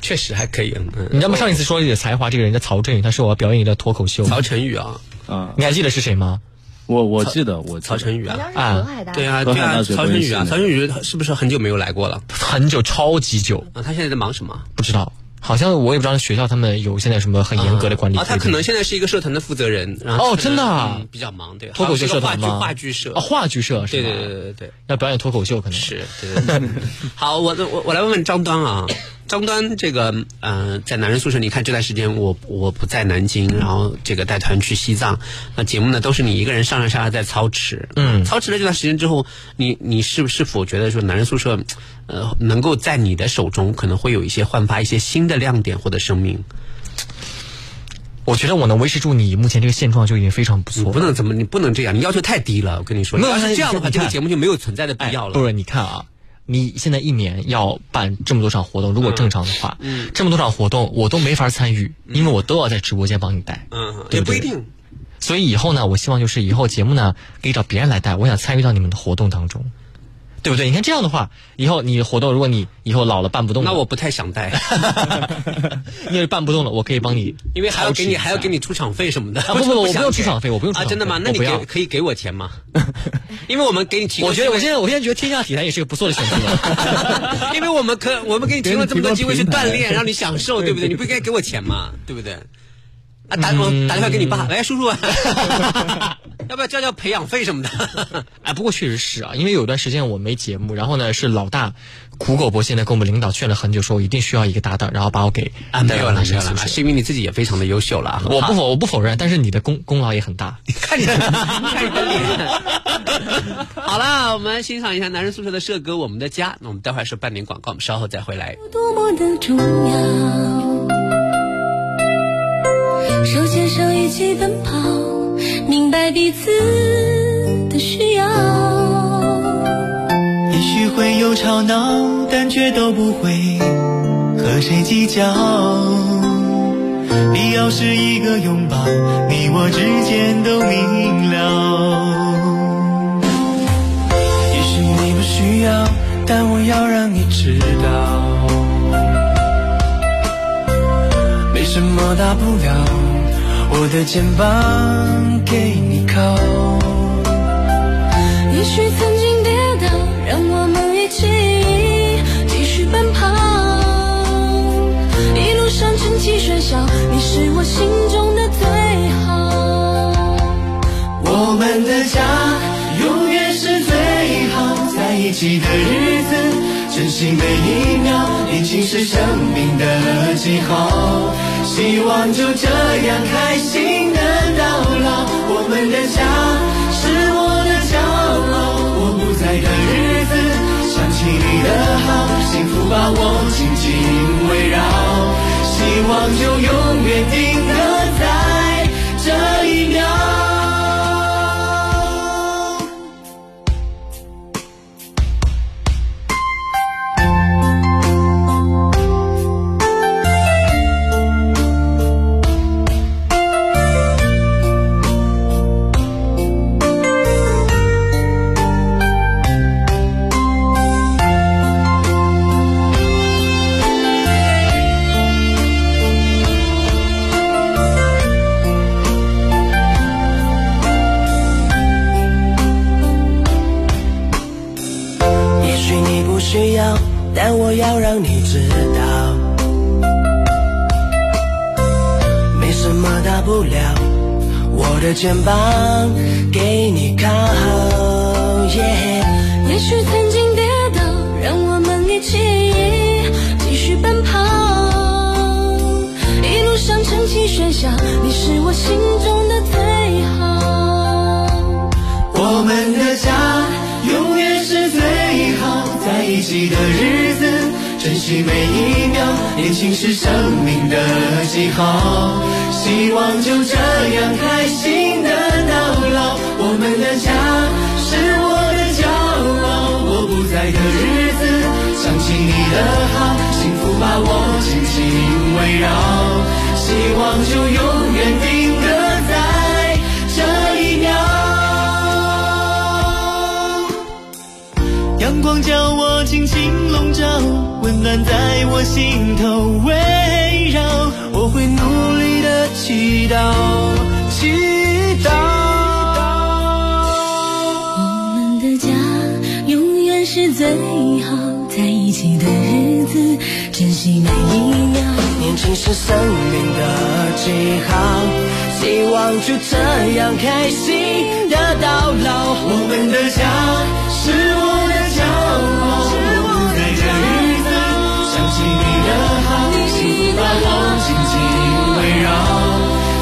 Speaker 1: 确实还可以，嗯。
Speaker 2: 你知道吗？上一次说你的才华，这个人叫曹振宇，他说我要表演一个脱口秀，
Speaker 1: 曹晨宇啊，
Speaker 7: 啊，
Speaker 2: 你还记得是谁吗？
Speaker 7: 我我记得我记得
Speaker 1: 曹晨宇
Speaker 5: 好像
Speaker 1: 啊，
Speaker 5: 是河海大
Speaker 1: 对
Speaker 5: 学，
Speaker 1: 啊，
Speaker 7: 河
Speaker 1: 对
Speaker 7: 海
Speaker 1: 啊，
Speaker 7: 大学
Speaker 1: 曹晨宇
Speaker 7: 关系
Speaker 1: 啊，
Speaker 7: 呢
Speaker 1: 曹晨宇是不是很久没有来过了？
Speaker 2: 很久，超级久，
Speaker 1: 啊，他现在在忙什么？
Speaker 2: 不知道，好像我也不知道学校他们有现在有什么很严格的管理
Speaker 1: 啊，
Speaker 2: 规定。
Speaker 1: 他可能现在是一个社团的负责人。然后
Speaker 2: 哦
Speaker 1: 他可能
Speaker 2: 真的啊
Speaker 1: 嗯比较忙，对，
Speaker 2: 脱口秀社
Speaker 1: 还
Speaker 2: 团
Speaker 1: 有
Speaker 2: 吗？
Speaker 1: 这个话剧话剧社
Speaker 2: 啊，话剧社
Speaker 1: 对
Speaker 2: 是吧？
Speaker 1: 对对对对对，
Speaker 2: 要表演脱口秀可能
Speaker 1: 是，对对对。 [laughs] 好，我我我来问问张端啊，张端这个嗯、呃在男人宿舍，你看这段时间我我不在南京，然后这个带团去西藏，那节目呢都是你一个人上上下下在操持，嗯，操持了这段时间之后，你你是是否觉得说男人宿舍，呃，能够在你的手中可能会有一些焕发一些新的亮点或者生命？
Speaker 2: 我觉得我能维持住你目前这个现状就已经非常不
Speaker 1: 你
Speaker 2: 错
Speaker 1: 不
Speaker 2: 了。
Speaker 1: 能怎么，你不能这样，你要求太低了。我跟你说，你
Speaker 2: 没有
Speaker 1: 要是这样的话，
Speaker 2: 你看
Speaker 1: 这个节目就没有存在的必要了。
Speaker 2: 不是，你看啊，你现在一年要办这么多场活动，如果正常的话，
Speaker 1: 嗯
Speaker 2: 这么多场活动我都没法参与，因为我都要在直播间帮你带。
Speaker 1: 嗯，也
Speaker 2: 对不
Speaker 1: 不
Speaker 2: 对
Speaker 1: 一定。
Speaker 2: 所以以后呢，我希望就是以后节目呢可以找别人来带，我想参与到你们的活动当中，对不对？你看这样的话，以后你活动，如果你以后老了办不动了，
Speaker 1: 那我不太想带，
Speaker 2: [laughs] 因为办不动了，我可以帮你，
Speaker 1: 因为还要给你还要给
Speaker 2: 你。
Speaker 1: 你出场费什么的。 [laughs]
Speaker 2: 啊不不不我不
Speaker 1: 想
Speaker 2: 用
Speaker 1: 给
Speaker 2: 出场费我不用出
Speaker 1: 啊，
Speaker 2: 场
Speaker 1: 真的吗？
Speaker 2: 费
Speaker 1: 那你
Speaker 2: 我不要
Speaker 1: 给可以给我钱
Speaker 2: [laughs]
Speaker 1: 吗？因为我们给你提供
Speaker 2: 我
Speaker 1: 机
Speaker 2: 觉
Speaker 1: 会，
Speaker 2: 得我现在我现在觉得天下体坛也是个不错的选择。
Speaker 1: [laughs] 因为我们可我们给你提供这么多机 [laughs] 会去锻炼，让你享受，对不对？你不应该给我钱吗？对不对？啊，
Speaker 2: 嗯
Speaker 1: 打我打电话给你爸，哎喂，叔叔，
Speaker 2: [laughs]
Speaker 1: 要不要交交培养费什么的？
Speaker 2: 哎，不过确实是啊，因为有段时间我没节目，然后呢是老大苦口婆心的跟我们领导劝了很久，说我一定需要一个搭档，然后把我给
Speaker 1: 啊，没有了，
Speaker 2: 带到
Speaker 1: 没有了
Speaker 2: 男生，宿
Speaker 1: 是
Speaker 2: 舍
Speaker 1: 因为你自己也非常的优秀了啊。
Speaker 2: 我不否我不否认，但是你的功功劳也很大。
Speaker 1: 看你的， [laughs] 看你的脸。 [laughs] 好了，我们欣赏一下男人宿舍的社歌《我们的家》。那我们待会儿是半点广告，我们稍后再回来。
Speaker 8: 多么的重要。手牵手一起奔跑，明白彼此的需要。
Speaker 3: 也许会有吵闹，但却都不会和谁计较。必要是一个拥抱，你我之间都明了。也许你不需要，但我要让你知道，没什么大不了，我的肩膀给你靠。
Speaker 8: 也许曾经跌倒，让我们一起继续
Speaker 3: 一起的日子，珍惜每一秒，年轻是生命的记号。希望就这样开心的到老，我们的家是我的骄傲。我不在的日子，想起你的好，幸福把我紧紧围绕，希望就永远定格在这一秒。
Speaker 9: 也许你不需要，但我要让你知道，没什么大不了，我的肩膀给你靠。耶。
Speaker 8: 也许曾经跌倒，让我们一起继续奔跑。一路上晨起喧嚣，你是我心中的最好。
Speaker 3: 我们的家永远是最好，在一起的日子，珍惜每一秒，年轻是生命的记号。希望就这样开心的到老，我们的家是我的骄傲。我不在的日子，想起你的好，幸福把我紧紧围绕，希望就永远定格在这一秒。阳光将我轻轻笼罩，温暖在我心头围绕。我会努力的祈祷，祈祷。
Speaker 8: 我们的家永远是最好，在一起的日子，珍惜每一秒。
Speaker 9: 年轻是生命的记号，希望就这样开心的到老。
Speaker 3: 我们的家是我的骄傲，我不在这日子，想起你的好，幸福把我紧紧围绕，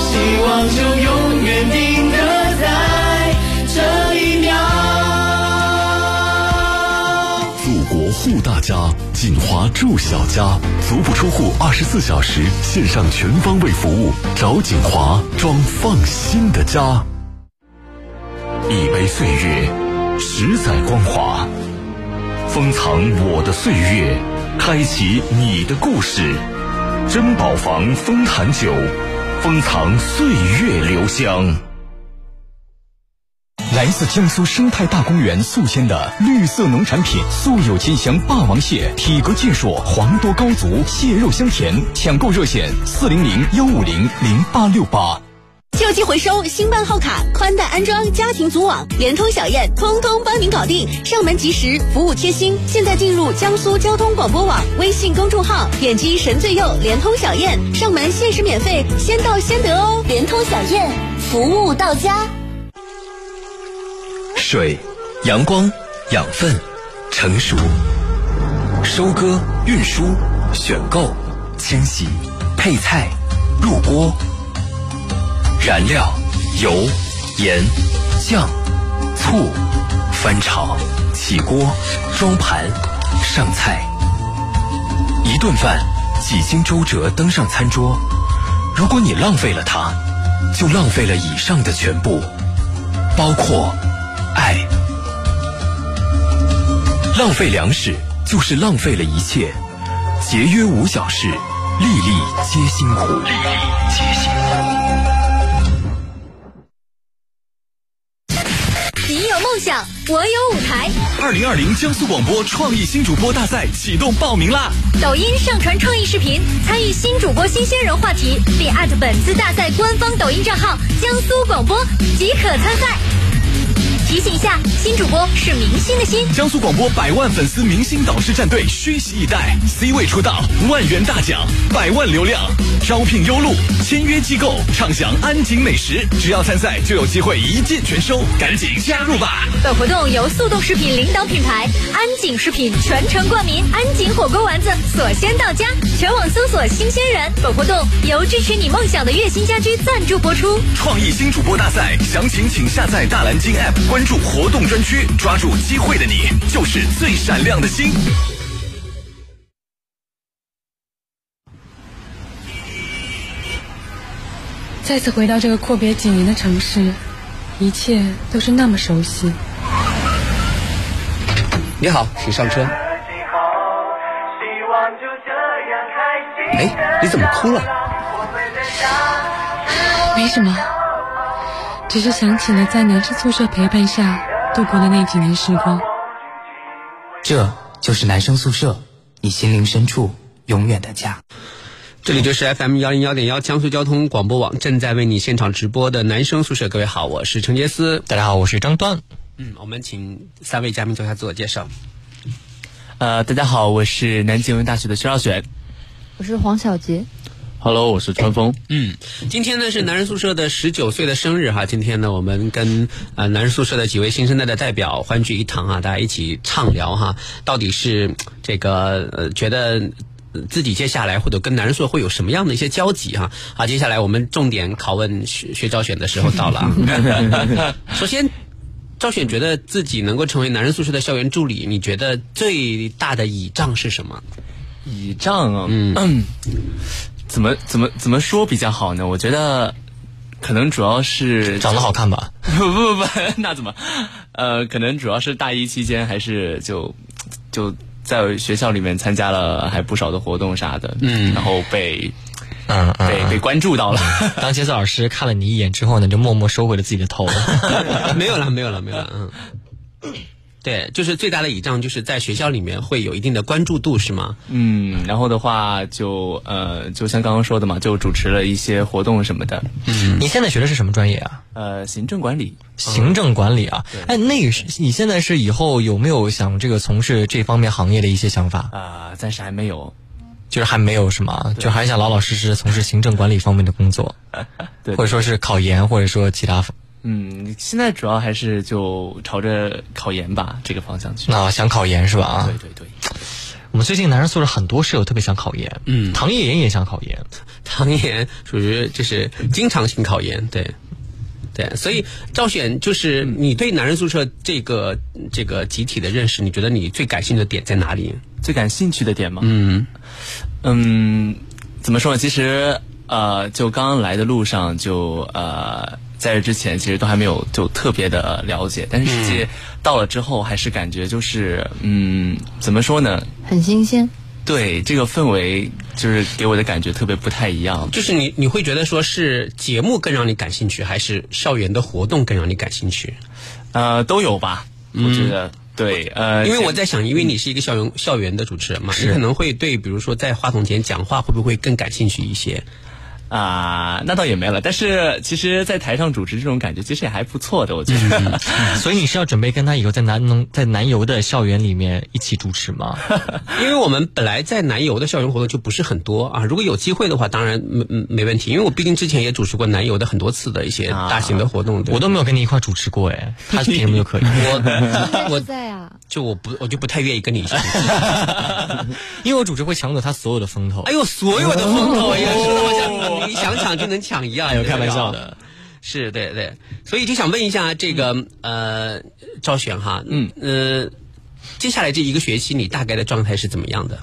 Speaker 3: 希望就永远定格在这一秒。
Speaker 10: 祖国护大家，锦华住小家，足不出户，二十四小时线上全方位服务，找锦华装放心的家。一杯岁月，十载光华，封藏我的岁月，开启你的故事。珍宝坊枫坛酒，封藏岁月留香。
Speaker 11: 来自江苏生态大公园宿迁的绿色农产品，素有“金香霸王蟹”，体格健硕，黄多高足，蟹肉香甜。抢购热线：四零零幺五零零八六八。
Speaker 12: 旧机回收、新办号卡、宽带安装、家庭组网、联通小燕，通通帮您搞定。上门及时，服务贴心。现在进入江苏交通广播网微信公众号，点击神最右联通小燕，上门限时免费，先到先得哦。联通小燕，服务到家。
Speaker 13: 水、阳光、养分、成熟、收割、运输、选购、清洗、配菜、入锅、燃料、油、盐、酱、醋、翻炒、起锅、装盘、上菜。一顿饭几经周折登上餐桌，如果你浪费了它，就浪费了以上的全部，包括爱。浪费粮食就是浪费了一切，节约无小事，粒粒皆辛苦。粒粒皆辛
Speaker 12: 你有梦想，我有舞台。
Speaker 10: 二零二零江苏广播创意新主播大赛启动报名啦！
Speaker 12: 抖音上传创意视频，参与新主播新鲜人话题，并艾特本次大赛官方抖音账号“江苏广播”即可参赛。提醒一下，新主播是明星的星。
Speaker 13: 江苏广播百万粉丝明星导师战队虚席以待，C 位出道，万元大奖，百万流量，招聘优录，签约机构畅享安井美食，只要参赛就有机会一键全收，赶紧加入吧！
Speaker 12: 本活动由速冻食品领导品牌安井食品全程冠名，安井火锅丸子所鲜到家，全网搜索新鲜人。本活动由支持你梦想的月薪家居赞助
Speaker 5: [laughs]
Speaker 12: 播出。
Speaker 13: 创意新主播大赛，详情请下载大蓝鲸 App，关注活动专区，抓住机会的你就是最闪亮的星。
Speaker 8: 再次回到这个阔别几年的城市，一切都是那么熟悉。
Speaker 3: 你好，请上车。哎，你怎么哭了？
Speaker 8: 没什么，只是想起了在男生宿舍陪伴下度过的那几年时光。
Speaker 14: 这就是男生宿舍，你心灵深处永远的家。
Speaker 1: 这里就是 FM 幺零幺点幺江苏交通广播网正在为你现场直播的男生宿舍，各位好，我是陈杰斯，
Speaker 2: 大家好，我是张端。
Speaker 1: 嗯，我们请三位嘉宾做一下自我介绍。
Speaker 7: 呃，大家好，我是南京文大学的薛少选。
Speaker 5: 我是黄小杰。
Speaker 15: Hello，我是川峰。
Speaker 1: 嗯，今天呢是男人宿舍的十九岁的生日哈。今天呢，我们跟呃男人宿舍的几位新生代的代表欢聚一堂啊，大家一起畅聊哈，到底是这个呃觉得。呃自己接下来或者跟男人宿舍会有什么样的一些交集哈、啊？啊，接下来我们重点拷问薛薛昭选的时候到了啊。首先，昭选觉得自己能够成为男人宿舍的校园助理，你觉得最大的倚仗是什么？
Speaker 7: 倚仗啊，嗯， [clears throat] 怎么怎么怎么说比较好呢？我觉得可能主要是
Speaker 2: 长得好看吧？
Speaker 7: [laughs] 不不不，那怎么？呃，可能主要是大一期间还是就就在学校里面参加了还不少的活动啥的，
Speaker 2: 嗯
Speaker 7: 然后被
Speaker 2: 嗯嗯
Speaker 7: 被被关注
Speaker 13: [laughs]
Speaker 7: 到了。
Speaker 2: 当杰斯老师看了你一眼之后呢，就默默收回了自己
Speaker 7: [laughs]
Speaker 2: 的头。
Speaker 1: [laughs] 没有了，没有了，没有了，嗯。对，就是最大的倚仗就是在学校里面会有一定的关注度，是吗？ [laughs]
Speaker 7: 嗯，然后的话就呃，就像刚刚说的嘛，就主持了一些活动什么的。
Speaker 2: 嗯，你现在学的是什么专业啊？
Speaker 7: 呃，行政管理。
Speaker 2: 行政管理啊，哎，那个是你现在是以后有没有想这个从事这方面行业的一些想法？
Speaker 7: 啊、暂时还没有。
Speaker 2: 就是还没有是吗？就还想老老实实从事行政管理方面的工作，
Speaker 7: [laughs] 对
Speaker 2: 或者说是考研，或者说其他方。
Speaker 7: 嗯，现在主要还是就朝着考研吧这个方向去。
Speaker 2: 那想考研是吧？啊，
Speaker 7: 对对对。
Speaker 2: 我们最近男生宿舍很多室友特别想考研，嗯，唐叶妍也想
Speaker 7: [laughs]
Speaker 2: 考研，
Speaker 1: 唐研属于就是经常性考研，对，对，所以赵选就是你对男人宿舍这个这个集体的认识，你觉得你最感兴趣的点在哪里？
Speaker 7: 最感兴趣的点吗？
Speaker 1: 嗯
Speaker 7: 嗯，怎么说呢？其实呃，就刚刚来的路上就呃，在这之前其实都还没有就特别的了解，但是实际到了之后，还是感觉就是嗯，怎么说呢？
Speaker 5: 很新鲜。
Speaker 7: 对这个氛围，就是给我的感觉特别不太一样。
Speaker 1: 就是你你会觉得说是节目更让你感兴趣，还是校园的活动更让你感兴趣？
Speaker 7: 呃，都有吧，
Speaker 13: 嗯
Speaker 7: 我觉得、对。
Speaker 13: 哎
Speaker 7: 呃，
Speaker 1: 因为我在想，因为你是一个校园校园的主持人嘛，你可能会对比如说在话筒前讲话会不会更感兴趣一些？
Speaker 7: 啊、那倒也没了。但是其实，在台上主持这种感觉，其实也还不错的，我觉得。
Speaker 13: 嗯
Speaker 2: 所以你是要准备跟他以后在南农在南邮的校园里面一起主
Speaker 7: [laughs]
Speaker 2: 持吗？
Speaker 1: 因为我们本来在南邮的校园活动就不是很多啊，如果有机会的话，当然没没没问题，因为我毕竟之前也主持过南邮的很多次的一些大型的活动，对
Speaker 2: 我都没有跟你一块主持过哎，
Speaker 7: [laughs]
Speaker 2: 他凭什么就可以？
Speaker 1: 我
Speaker 5: 我
Speaker 1: [laughs] 我
Speaker 5: 在啊，
Speaker 1: 就我不我就不太愿意跟你一起。
Speaker 2: 因为我主持会抢走他所有的风头。
Speaker 1: 哎呦，所有的风头也是好像你想抢就能抢一样，
Speaker 2: 哎呦开玩笑
Speaker 1: 这个的。是对对，所以就想问一下这个、
Speaker 2: 嗯
Speaker 1: 呃赵璇哈，嗯呃，接下来这一个学期你大概的状态是怎么样的？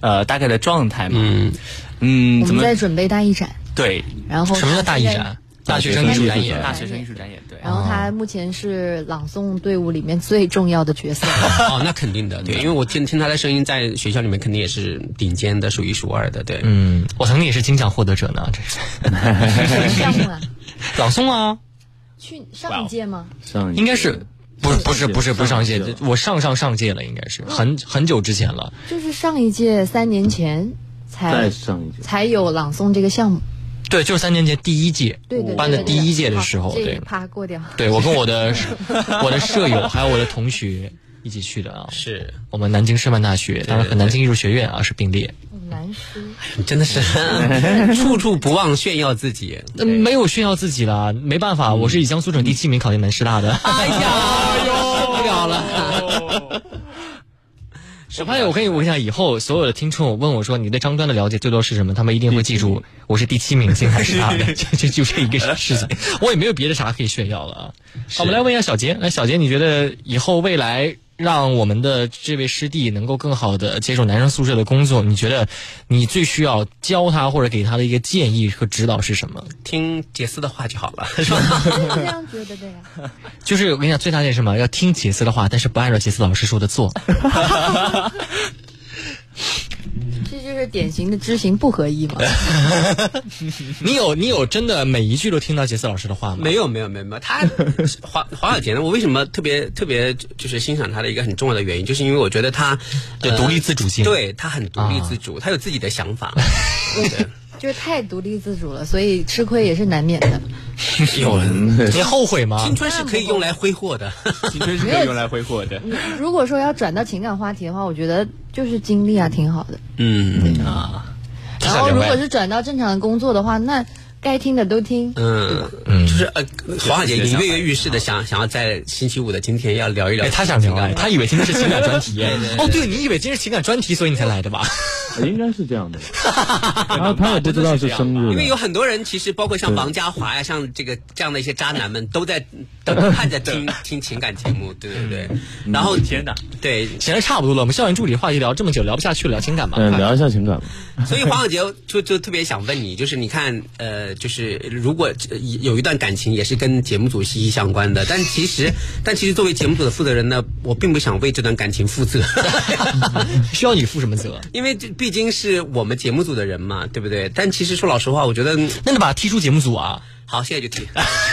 Speaker 7: 呃，大概的状态嘛，
Speaker 1: 嗯
Speaker 7: 嗯，
Speaker 5: 我
Speaker 7: 怎
Speaker 5: 们
Speaker 7: 么
Speaker 5: 在准备大一展，
Speaker 7: 对？
Speaker 5: 然后
Speaker 2: 什么叫大一
Speaker 5: 他现
Speaker 2: 展
Speaker 5: 在？
Speaker 2: 大学生艺术展演，
Speaker 7: 大学生艺术展演，对。
Speaker 5: 然后他目前是朗诵队伍里面最重要的
Speaker 2: [laughs]
Speaker 5: 角色。
Speaker 1: [laughs] 哦，那肯定的，对，因为我听听他的声音，在学校里面肯定也是顶尖的，数一数二的，对。
Speaker 2: 嗯，我曾经也是金奖获得者呢，这 [laughs] 是
Speaker 5: 什么项目啊？
Speaker 2: 朗诵啊，
Speaker 5: 去上一届吗？
Speaker 15: 上
Speaker 2: 应该是。 [laughs] 不是不是不是不是上哦届
Speaker 15: 上一届，
Speaker 2: 我上上上届了，应该是很很久之前了。
Speaker 5: 就是上一届三年前才
Speaker 15: 上一届
Speaker 5: 才有朗诵这个项目。
Speaker 2: 对，就是三年前第一届
Speaker 5: 对对
Speaker 2: 班的第一届的时候，对，
Speaker 5: 啪过
Speaker 2: [laughs]
Speaker 5: 掉。
Speaker 2: 对我跟我的我的舍友还有我的同学一起去的啊，
Speaker 1: 是
Speaker 2: 我们南京师范大学，当然和南京艺术学院啊是并列，
Speaker 5: 难输。
Speaker 1: 真的是 [laughs] 处处不忘炫耀自己。
Speaker 2: 那没有炫耀自己啦，没办法，我是以江苏省第七名考进南师大的。
Speaker 1: 哎
Speaker 2: [laughs]
Speaker 1: 呀，不了
Speaker 2: 哎
Speaker 1: 了！
Speaker 2: 我发现，哎我跟你我跟你讲，以后所有的听众问我说你对张端的了解最多是什么，他们一定会记住我是第七名进南师 [laughs] 大的，就就就这一个事情，我也没有别的啥可以炫耀了啊。好，我们来问一下小杰，哎那小杰，你觉得以后未来让我们的这位师弟能够更好的接受男生宿舍的工作，你觉得你最需要教他或者给他的一个建议和指导是什么？
Speaker 1: 听杰斯的话就好了，
Speaker 5: 是吧？这样觉得啊的呀。
Speaker 2: 就是我跟你讲，最大件事嘛，要听杰斯的话，但是不按照杰斯老师说的做。 [laughs]
Speaker 5: 这就是典型的知行不合一嘛。
Speaker 2: [laughs] 你有你有真的每一句都听到杰斯老师的话吗？
Speaker 1: [laughs] 没有没有没有没有，他黄黄小杰呢？我为什么特别特别就是欣赏他的一个很重要的原因，就是因为我觉得他呃
Speaker 2: 对独立自主性
Speaker 1: 对他很独立自主，他有自己的想法。
Speaker 5: 就是太独立自主了，所以吃亏也是难免的。
Speaker 1: 有
Speaker 2: 人你后悔吗？
Speaker 1: 青春是可以用来挥霍的，
Speaker 4: 青春是可以用来挥霍的。
Speaker 5: [laughs] 如果说要转到情感话题的话，我觉得就是经历啊，挺好的。
Speaker 1: 嗯啊，
Speaker 5: 然后如果是转到正常的工作的话，那该听的都听。
Speaker 1: 嗯嗯，就是呃，黄小姐已经跃跃欲试的想想要在星期五的今天要聊一聊
Speaker 2: 啊哎，
Speaker 1: 情
Speaker 2: 他
Speaker 1: 感，
Speaker 2: 想聊哎，他以为今天是情感专题
Speaker 1: [laughs] 对对。对
Speaker 2: 哦，对，你以为今天是情感专题，所以你才来的吧？ [laughs]
Speaker 7: 应该是这样的。然后他也不知道是生日
Speaker 1: 因为有
Speaker 7: 了，
Speaker 1: 很多人其实包括像王家华呀、像这个这样的一些渣男们，都在都都盼着听 [laughs] 听情感节目，对对对。
Speaker 2: 嗯
Speaker 1: 然后
Speaker 4: 天哪，
Speaker 1: 对，
Speaker 2: 行了，差不多了，我们校园助理话题聊这么久，聊不下去了，聊情感吧。
Speaker 7: 嗯，聊一下情感吧。
Speaker 1: 所以黄小杰就就特别想问你，就是你看，呃，就是如果呃有一段感情也是跟节目组息息相关的，但其实但其实作为节目组的负责人呢，我并不想为这段感情负责， [laughs]
Speaker 2: 需要你负什么责？
Speaker 1: 因为这毕竟是我们节目组的人嘛，对不对？但其实说老实话，我觉得嗯
Speaker 2: 那你把他踢出节目组啊？
Speaker 1: 好，现在就提。 [laughs]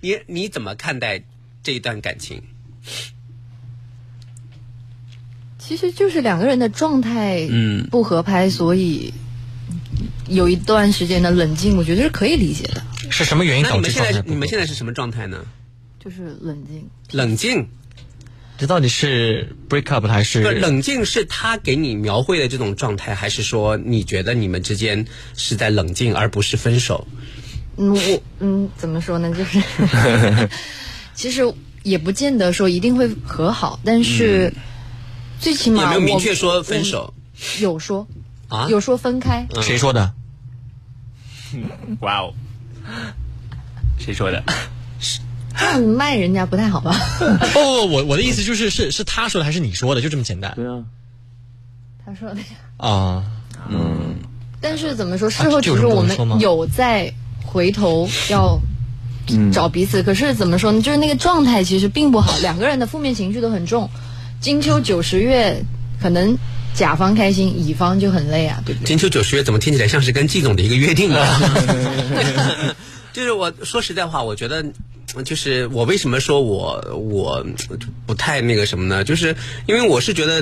Speaker 1: 你你怎么看待这一段感情？
Speaker 5: 其实就是两个人的状态
Speaker 1: 嗯
Speaker 5: 不合拍，所以有一段时间的冷静，我觉得是可以理解的，
Speaker 2: 是什么原因
Speaker 1: 那你
Speaker 2: 导
Speaker 1: 们
Speaker 2: 致
Speaker 1: 现在
Speaker 2: 状态
Speaker 1: 是
Speaker 2: 不
Speaker 1: 你
Speaker 2: 合
Speaker 1: 们？现在是什么状态呢？
Speaker 5: 就是冷静。
Speaker 1: 冷静，
Speaker 2: 这到底是 break up 还 [laughs] 是
Speaker 1: 不是冷静是他给你描绘的这种状态，还是说你觉得你们之间是在冷静，而不是分手？
Speaker 5: 嗯，我嗯怎么说呢？就是
Speaker 1: [laughs]
Speaker 5: 其实也不见得说一定会和好，但是、最起
Speaker 1: 有
Speaker 5: 码
Speaker 1: 嗯没有明
Speaker 5: 我嗯
Speaker 1: 确说分手
Speaker 5: 有说
Speaker 1: 啊？
Speaker 5: 有说分开，
Speaker 2: 谁说的？
Speaker 4: 哇哦，谁说的？
Speaker 5: 这样卖人家不太好吧？
Speaker 2: 不不不，我我的意思就是是是他说的还是你说的，就这么简单。
Speaker 7: 对啊。
Speaker 5: 他说的呀。
Speaker 2: 啊，
Speaker 5: 但是怎么说？
Speaker 2: 啊
Speaker 5: 事后
Speaker 2: 这有
Speaker 5: 其实
Speaker 2: 这么
Speaker 5: 我
Speaker 2: 多人说吗
Speaker 5: 们有在回头要
Speaker 2: 嗯
Speaker 5: 找彼此，可是怎么说呢？就是那个状态其实并不好，两个人的负面情绪都很重。金秋九十月，可能甲方开心，乙方就很累啊，对不对？
Speaker 1: 金秋九十月怎么听起来像是跟季总的一个约定
Speaker 5: [laughs]
Speaker 1: 啊？ [laughs] 就是我说实在话，我觉得。嗯就是我为什么说我我不太那个什么呢？就是因为我是觉得，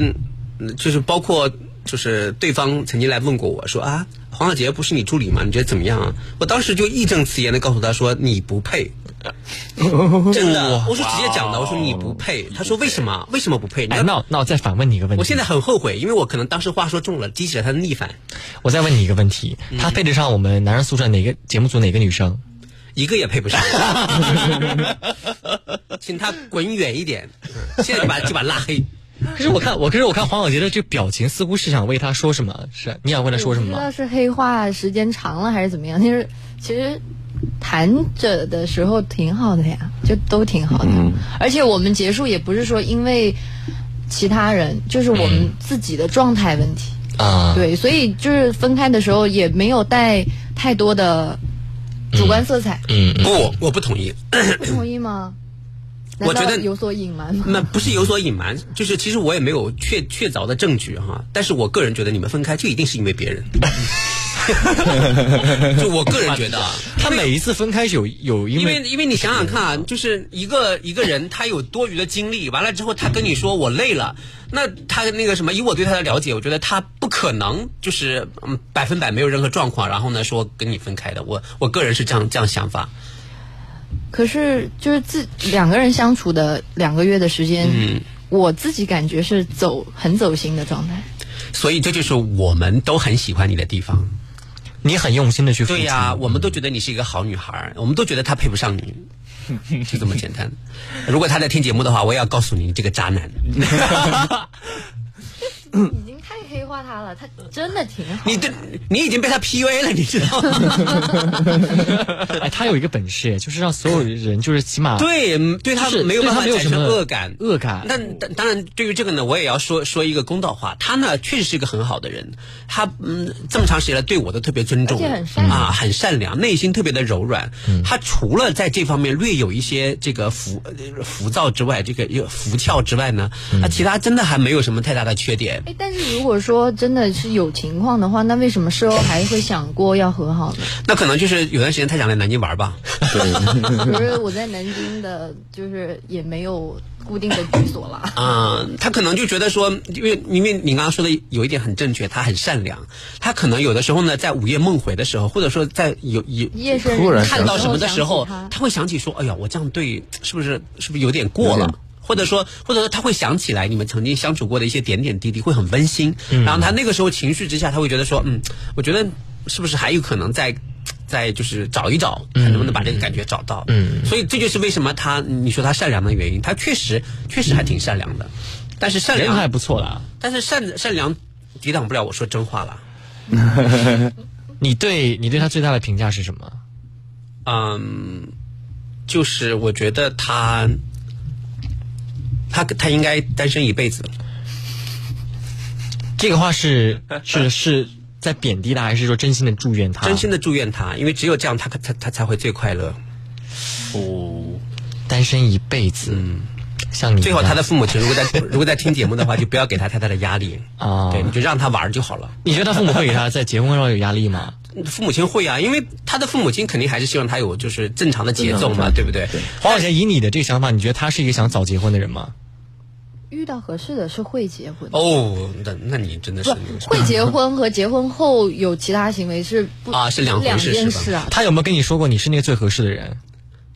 Speaker 1: 嗯就是包括就是对方曾经来问过我说啊，黄小杰不是你助理吗？你觉得怎么样啊？我当时就义正辞严的告诉他说你不配，真的，啊哦我是直接讲的，我说你不配。他说为什么？为什么不配？你
Speaker 2: 哎，
Speaker 1: 要
Speaker 2: 那我那我再反问你一个问题。
Speaker 1: 我现在很后悔，因为我可能当时话说重了，激起了他的逆反。
Speaker 2: 我再问你一个问题，
Speaker 1: 嗯
Speaker 2: 他配得上我们男人宿舍哪个节目组哪个女生？
Speaker 1: 一个也配不上，请他滚远一点，现在就把就把他拉黑。
Speaker 2: 可是我看我可是我看黄小杰的这个表情，似乎是想为他说什么？是你想为他说什么
Speaker 5: 不知
Speaker 2: 吗？
Speaker 5: 道是黑化时间长了还是怎么样，就是其实谈着的时候挺好的呀，就都挺好的。
Speaker 2: 嗯
Speaker 5: 而且我们结束也不是说因为其他人，就是我
Speaker 2: 嗯
Speaker 5: 们自己的状态问题。
Speaker 2: 啊，
Speaker 5: 对，所以就是分开的时候也没有带太多的主观色彩，
Speaker 2: 嗯，
Speaker 1: 不，我不同意。
Speaker 5: 不同意吗？难
Speaker 1: 我觉
Speaker 5: 道
Speaker 1: 得
Speaker 5: 有所隐瞒吗？
Speaker 1: 那不是有所隐瞒，就是其实我也没有确确凿的证据哈，但是我个人觉得你们分开就一定是因为别人。就我个人觉得啊，
Speaker 2: 他每一次分开是有有因
Speaker 1: 因为因为你想想看啊，就是一个一个人他有多余的精力，完了之后他跟你说我累了，那他那个什么，以我对他的了解，我觉得他不可能就是嗯百分百没有任何状况，然后呢说跟你分开的。我我个人是这样这样想法。
Speaker 5: 可是就是自两个人相处的两个月的时间，
Speaker 1: 嗯
Speaker 5: 我自己感觉是走很走心的状态。
Speaker 1: 所以这就是我们都很喜欢你的地方。嗯
Speaker 2: 你很用心的去付出
Speaker 1: 对呀、我们都觉得你是一个好女孩儿，我们都觉得他配不上 [laughs] 你，就这么简单。如果他在听节目的话，我也要告诉你，你这个渣 [laughs] 男，
Speaker 5: 已经太黑化他了，他真的挺好。
Speaker 1: 你这你已经被他 PUA 了，你知道吗？
Speaker 2: 哎，他有一个本事，就是让所有人，就是起码
Speaker 1: 对嗯对他
Speaker 2: 啊就是
Speaker 1: 没有
Speaker 2: 对
Speaker 1: 办
Speaker 2: 他
Speaker 1: 法
Speaker 2: 没有
Speaker 1: 产
Speaker 2: 什
Speaker 1: 生
Speaker 2: 么
Speaker 1: 恶感，
Speaker 2: 恶感。嗯
Speaker 1: 那当当然，对于这个呢，我也要说说一个公道话，他呢确实是一个很好的人，他嗯这么长时间来对我都特别尊重，
Speaker 5: 而且很善良
Speaker 1: 啊，很善良，内心特别的柔软。
Speaker 2: 嗯
Speaker 1: 他除了在这方面略有一些这个浮呃浮躁之外，这个有浮翘之外呢，
Speaker 2: 嗯
Speaker 1: 他其他真的还没有什么太大的缺点。
Speaker 5: 哎，但是如果说真的是有情况的话，那为什么事后还会想过要和好呢？
Speaker 1: [laughs] 那可能就是有段时间他想来南京玩吧。
Speaker 5: 可是我在南京的，就是也没有固定的居所啦。
Speaker 1: 啊、他可能就觉得说，因为因为你刚刚说的有一点很正确，他很善良，他可能有的时候呢，在午夜梦回的时候，或者说在有有
Speaker 5: 夜深人突然想起
Speaker 1: 看到什么的时候
Speaker 5: 突然想起，他
Speaker 1: 他会想起说，哎呀，我这样对是不是是不是有点过了？或者说，或者说他会想起来你们曾经相处过的一些点点滴滴，会很温馨。
Speaker 2: 嗯
Speaker 1: 然后他那个时候情绪之下，他会觉得说，嗯，我觉得是不是还有可能再再就是找一找，看能不能把这个感觉找到。
Speaker 2: 嗯
Speaker 1: 所以这就是为什么他你说他善良的原因，他确实确实还挺善良的，但是善良
Speaker 2: 人还不错啦。
Speaker 1: 但是善善良抵挡不了我说真话了。
Speaker 2: 你对你对他最大的评价是什么？
Speaker 1: 嗯，就是我觉得他他他应该单身一辈子。
Speaker 2: 这个
Speaker 1: [laughs]
Speaker 2: 话是是是在贬低他，还是说真心的祝愿他？
Speaker 1: 真心的祝愿他，因为只有这样他，他他他才会最快乐。
Speaker 2: 哦，单身一辈子，像你
Speaker 1: 嗯最好他的父母亲如果在 [laughs] 如果在听节目的话，就不要给他太大的压力，
Speaker 2: 啊，
Speaker 1: 对，你就让他玩儿就好了。
Speaker 2: 你觉得他父母会给他在结婚上有压力吗？
Speaker 1: 父母亲会啊，因为他的父母亲肯定还是希望他有就是正常的节奏嘛，对不对？
Speaker 2: 黄晓贤，以你的这个想法，你觉得他是一个想早结婚的人吗？
Speaker 5: 遇到合适的是会结婚，
Speaker 1: 哦，那那你真的是
Speaker 5: 会结婚和结婚后有其他行为是不
Speaker 1: 啊是两回事
Speaker 5: 件
Speaker 1: 是吧
Speaker 5: 事啊。
Speaker 2: 他有没有跟你说过你是那个最合适的人？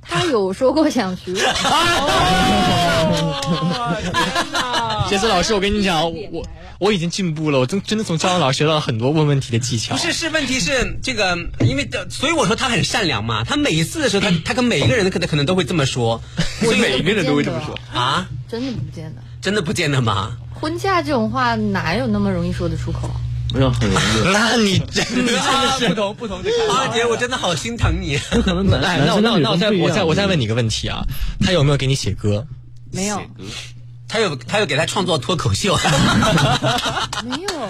Speaker 5: 他有说过
Speaker 1: [laughs]
Speaker 5: 想娶
Speaker 1: 哦
Speaker 5: 我，
Speaker 2: 杰森老师，我跟你讲，我我已经进步了，我真真的从肖阳老师学到了很多问问题的技巧。
Speaker 1: 不是，是问题是这个，因为呃所以我说他很善良嘛。他每一次的时候，他他跟每一个人可能可能都会这么说，所以嗯每一个人
Speaker 5: 都会这么说
Speaker 1: 啊，
Speaker 5: 真的不见得。
Speaker 1: 真的不见得吗？
Speaker 5: 婚嫁这种话哪有那么容易说得出口？
Speaker 7: 没有很容
Speaker 2: [laughs]
Speaker 7: 易。
Speaker 2: 那你真你真的是
Speaker 1: 不同不同的啊，姐，我真的好心疼你。
Speaker 7: 可能男
Speaker 2: 哎，
Speaker 7: 男
Speaker 2: 那我
Speaker 7: 生
Speaker 2: 那
Speaker 7: 跟女
Speaker 2: 我那我
Speaker 7: 生
Speaker 2: 再
Speaker 7: 不一
Speaker 2: 我
Speaker 7: 样
Speaker 2: 再我再问你一个问题啊，他有没有给你写歌？
Speaker 5: 没有，
Speaker 1: 他有他有给他创作脱口 [laughs] 秀，
Speaker 5: 没有，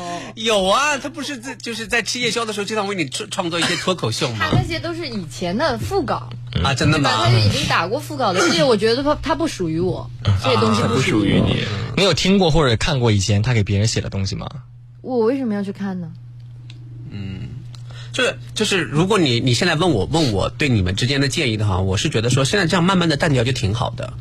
Speaker 1: 有啊，他不是在就是在吃夜宵的时候经常为你创创作一些脱口秀吗
Speaker 5: 他？那些都是以前的副稿，
Speaker 1: 啊，真的
Speaker 5: 对吧？
Speaker 1: 吗
Speaker 5: 他就？已经打过副稿的事业，我觉得他他不属于我，
Speaker 1: 嗯
Speaker 5: 这些东西
Speaker 1: 啊
Speaker 5: 不属于
Speaker 2: 于你。你有听过或者看过以前他给别人写的东西吗？
Speaker 5: 我，我为什么要去看呢？
Speaker 1: 就是就是，如果你你现在问我问我对你们之间的建议的话，我是觉得说现在这样慢慢的淡掉就挺好的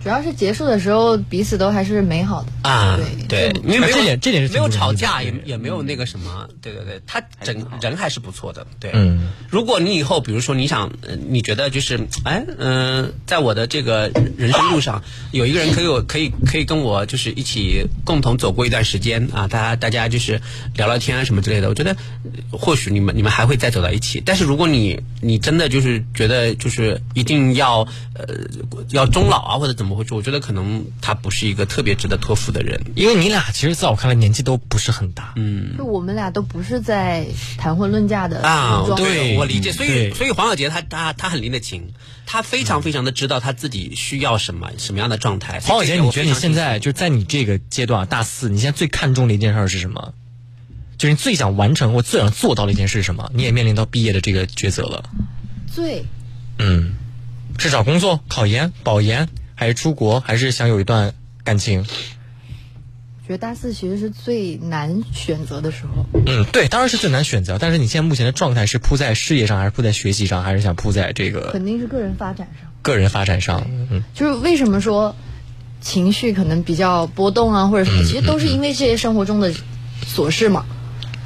Speaker 5: 主要是结束的时候彼此都还是美好的。
Speaker 1: 啊，对，因为没有
Speaker 2: 这点这点是
Speaker 1: 没
Speaker 2: 挺
Speaker 1: 有
Speaker 2: 重要
Speaker 1: 吵
Speaker 2: 的
Speaker 1: 架，也也没有那个什么，对对对，他整人还是不错的，对。
Speaker 2: 嗯，
Speaker 1: 如果你以后比如说你想，呃你觉得就是哎嗯、呃在我的这个人生路上，有一个人可以有可以可以跟我就是一起共同走过一段时间啊，大家大家就是聊聊天啊什么之类的，我觉得呃或许你们你们还会再走到一起。但是如果你你真的就是觉得就是一定要呃要终老啊或者怎么回事，我觉得可能他不是一个特别值得托付的人。
Speaker 2: 因为你俩其实在我看来年纪都不是很大。
Speaker 1: 嗯
Speaker 5: 就我们俩都不是在谈婚论嫁的
Speaker 1: 啊
Speaker 5: [laughs] 时，装
Speaker 1: 对，我理解。
Speaker 2: 嗯
Speaker 1: 所以，
Speaker 2: 对嗯
Speaker 1: 所以黄小杰他他他很拎得清，他非常非常的知道他自己需要什么什么样的状态。
Speaker 2: 黄
Speaker 1: 所
Speaker 2: 晓
Speaker 1: 以这
Speaker 2: 杰，
Speaker 1: 点
Speaker 2: 你
Speaker 1: 我
Speaker 2: 觉得
Speaker 1: 非
Speaker 2: 你
Speaker 1: 常
Speaker 2: 现在就在你这个阶段啊，大四，你现在最看重的一件事儿是什么？就是你最想完成或最想做到的一件事是什么？你也面临到毕业的这个抉择了。
Speaker 5: 最
Speaker 2: 嗯，是找工作、考研、保研，还是出国，还是想有一段感情？
Speaker 5: 觉得大四其实是最难选择的时候。
Speaker 2: 嗯，对，当然是最难选择。但是你现在目前的状态是扑在事业上，还是扑在学习上，还是想扑在这个
Speaker 5: 肯定是个人发展上。
Speaker 2: 个人发展上？嗯，
Speaker 5: 就是为什么说情绪可能比较波动啊，或者什么，
Speaker 2: 嗯嗯
Speaker 5: 其实都是因为这些生活中的琐事嘛。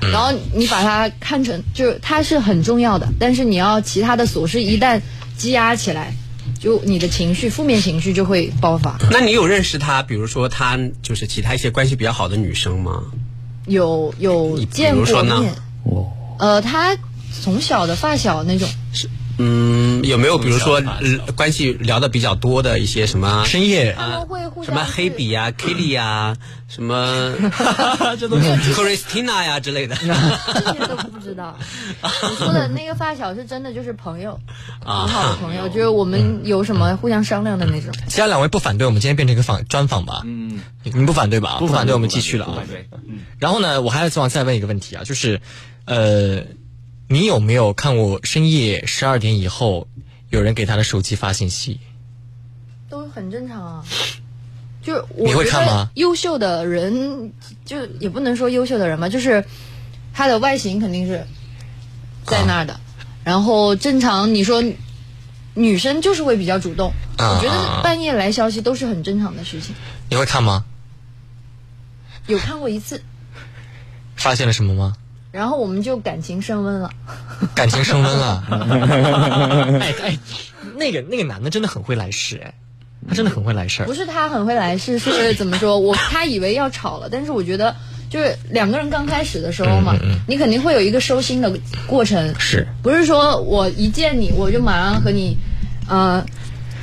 Speaker 5: 然后你把它看成就是它是很重要的，但是你要其他的琐事一旦积压起来，就你的情绪负面情绪就会爆发。
Speaker 1: 那你有认识她，比如说她就是其他一些关系比较好的女生吗？
Speaker 5: 有有
Speaker 1: 比
Speaker 5: 见
Speaker 1: 如
Speaker 5: 过
Speaker 1: 说呢
Speaker 5: 面，？呃，他从小的发小那种，
Speaker 1: 嗯，有没有比如说呃关系聊的比较多的一些什么
Speaker 2: 深夜
Speaker 1: 啊？
Speaker 5: 会互
Speaker 1: 什么黑笔呀、Kitty 呀、什么
Speaker 2: [laughs] 这
Speaker 5: 都是
Speaker 1: [laughs] Christina 呀、之类的
Speaker 5: 这些都不
Speaker 1: [laughs]
Speaker 5: 知道。你说的那个发小是真的，就是朋友，很好的
Speaker 2: 啊。
Speaker 5: 朋友，就是我们有什么互相商量的那种。
Speaker 2: 其他两位不反对我们今天变成一个访专访吧？嗯，你们不反对吧？
Speaker 4: 不
Speaker 2: 反
Speaker 4: 反对
Speaker 2: 我们继续了
Speaker 4: 不
Speaker 2: 啊
Speaker 4: 反对不反。
Speaker 2: 然后呢，我还想再问一个问题啊，就是，呃，你有没有看过深夜十二点以后有人给他的手机发信息？
Speaker 5: 都很正
Speaker 2: [laughs]
Speaker 5: 常啊。就是我
Speaker 2: 你会
Speaker 5: 觉
Speaker 2: 看
Speaker 5: 得
Speaker 2: 吗
Speaker 5: 优秀的人，就也不能说优秀的人吧，就是他的外形肯定是在那儿
Speaker 2: 啊
Speaker 5: 的。然后正常，你说女生就是会比较主动，
Speaker 2: 啊
Speaker 5: 我觉
Speaker 2: 啊啊
Speaker 5: 得半夜来消息都是很正常的事情。
Speaker 2: 你会看吗？
Speaker 5: 有看过一次，
Speaker 2: 发现了什
Speaker 4: [laughs]
Speaker 2: 么吗？
Speaker 5: 然后我们就感情升温了。
Speaker 2: 感情升温
Speaker 4: [laughs]
Speaker 2: 了。哎哎，那个那个男的真的很会来事哎，他真的很会来事儿
Speaker 5: 不。是他很会来事，是怎么说？ [laughs] 我他以为要吵了，但是我觉得就是两个人刚开始的时候嘛，你肯定会有一个收心的过程。
Speaker 2: 嗯是，
Speaker 5: 不是说我一见你我就马上和你，呃，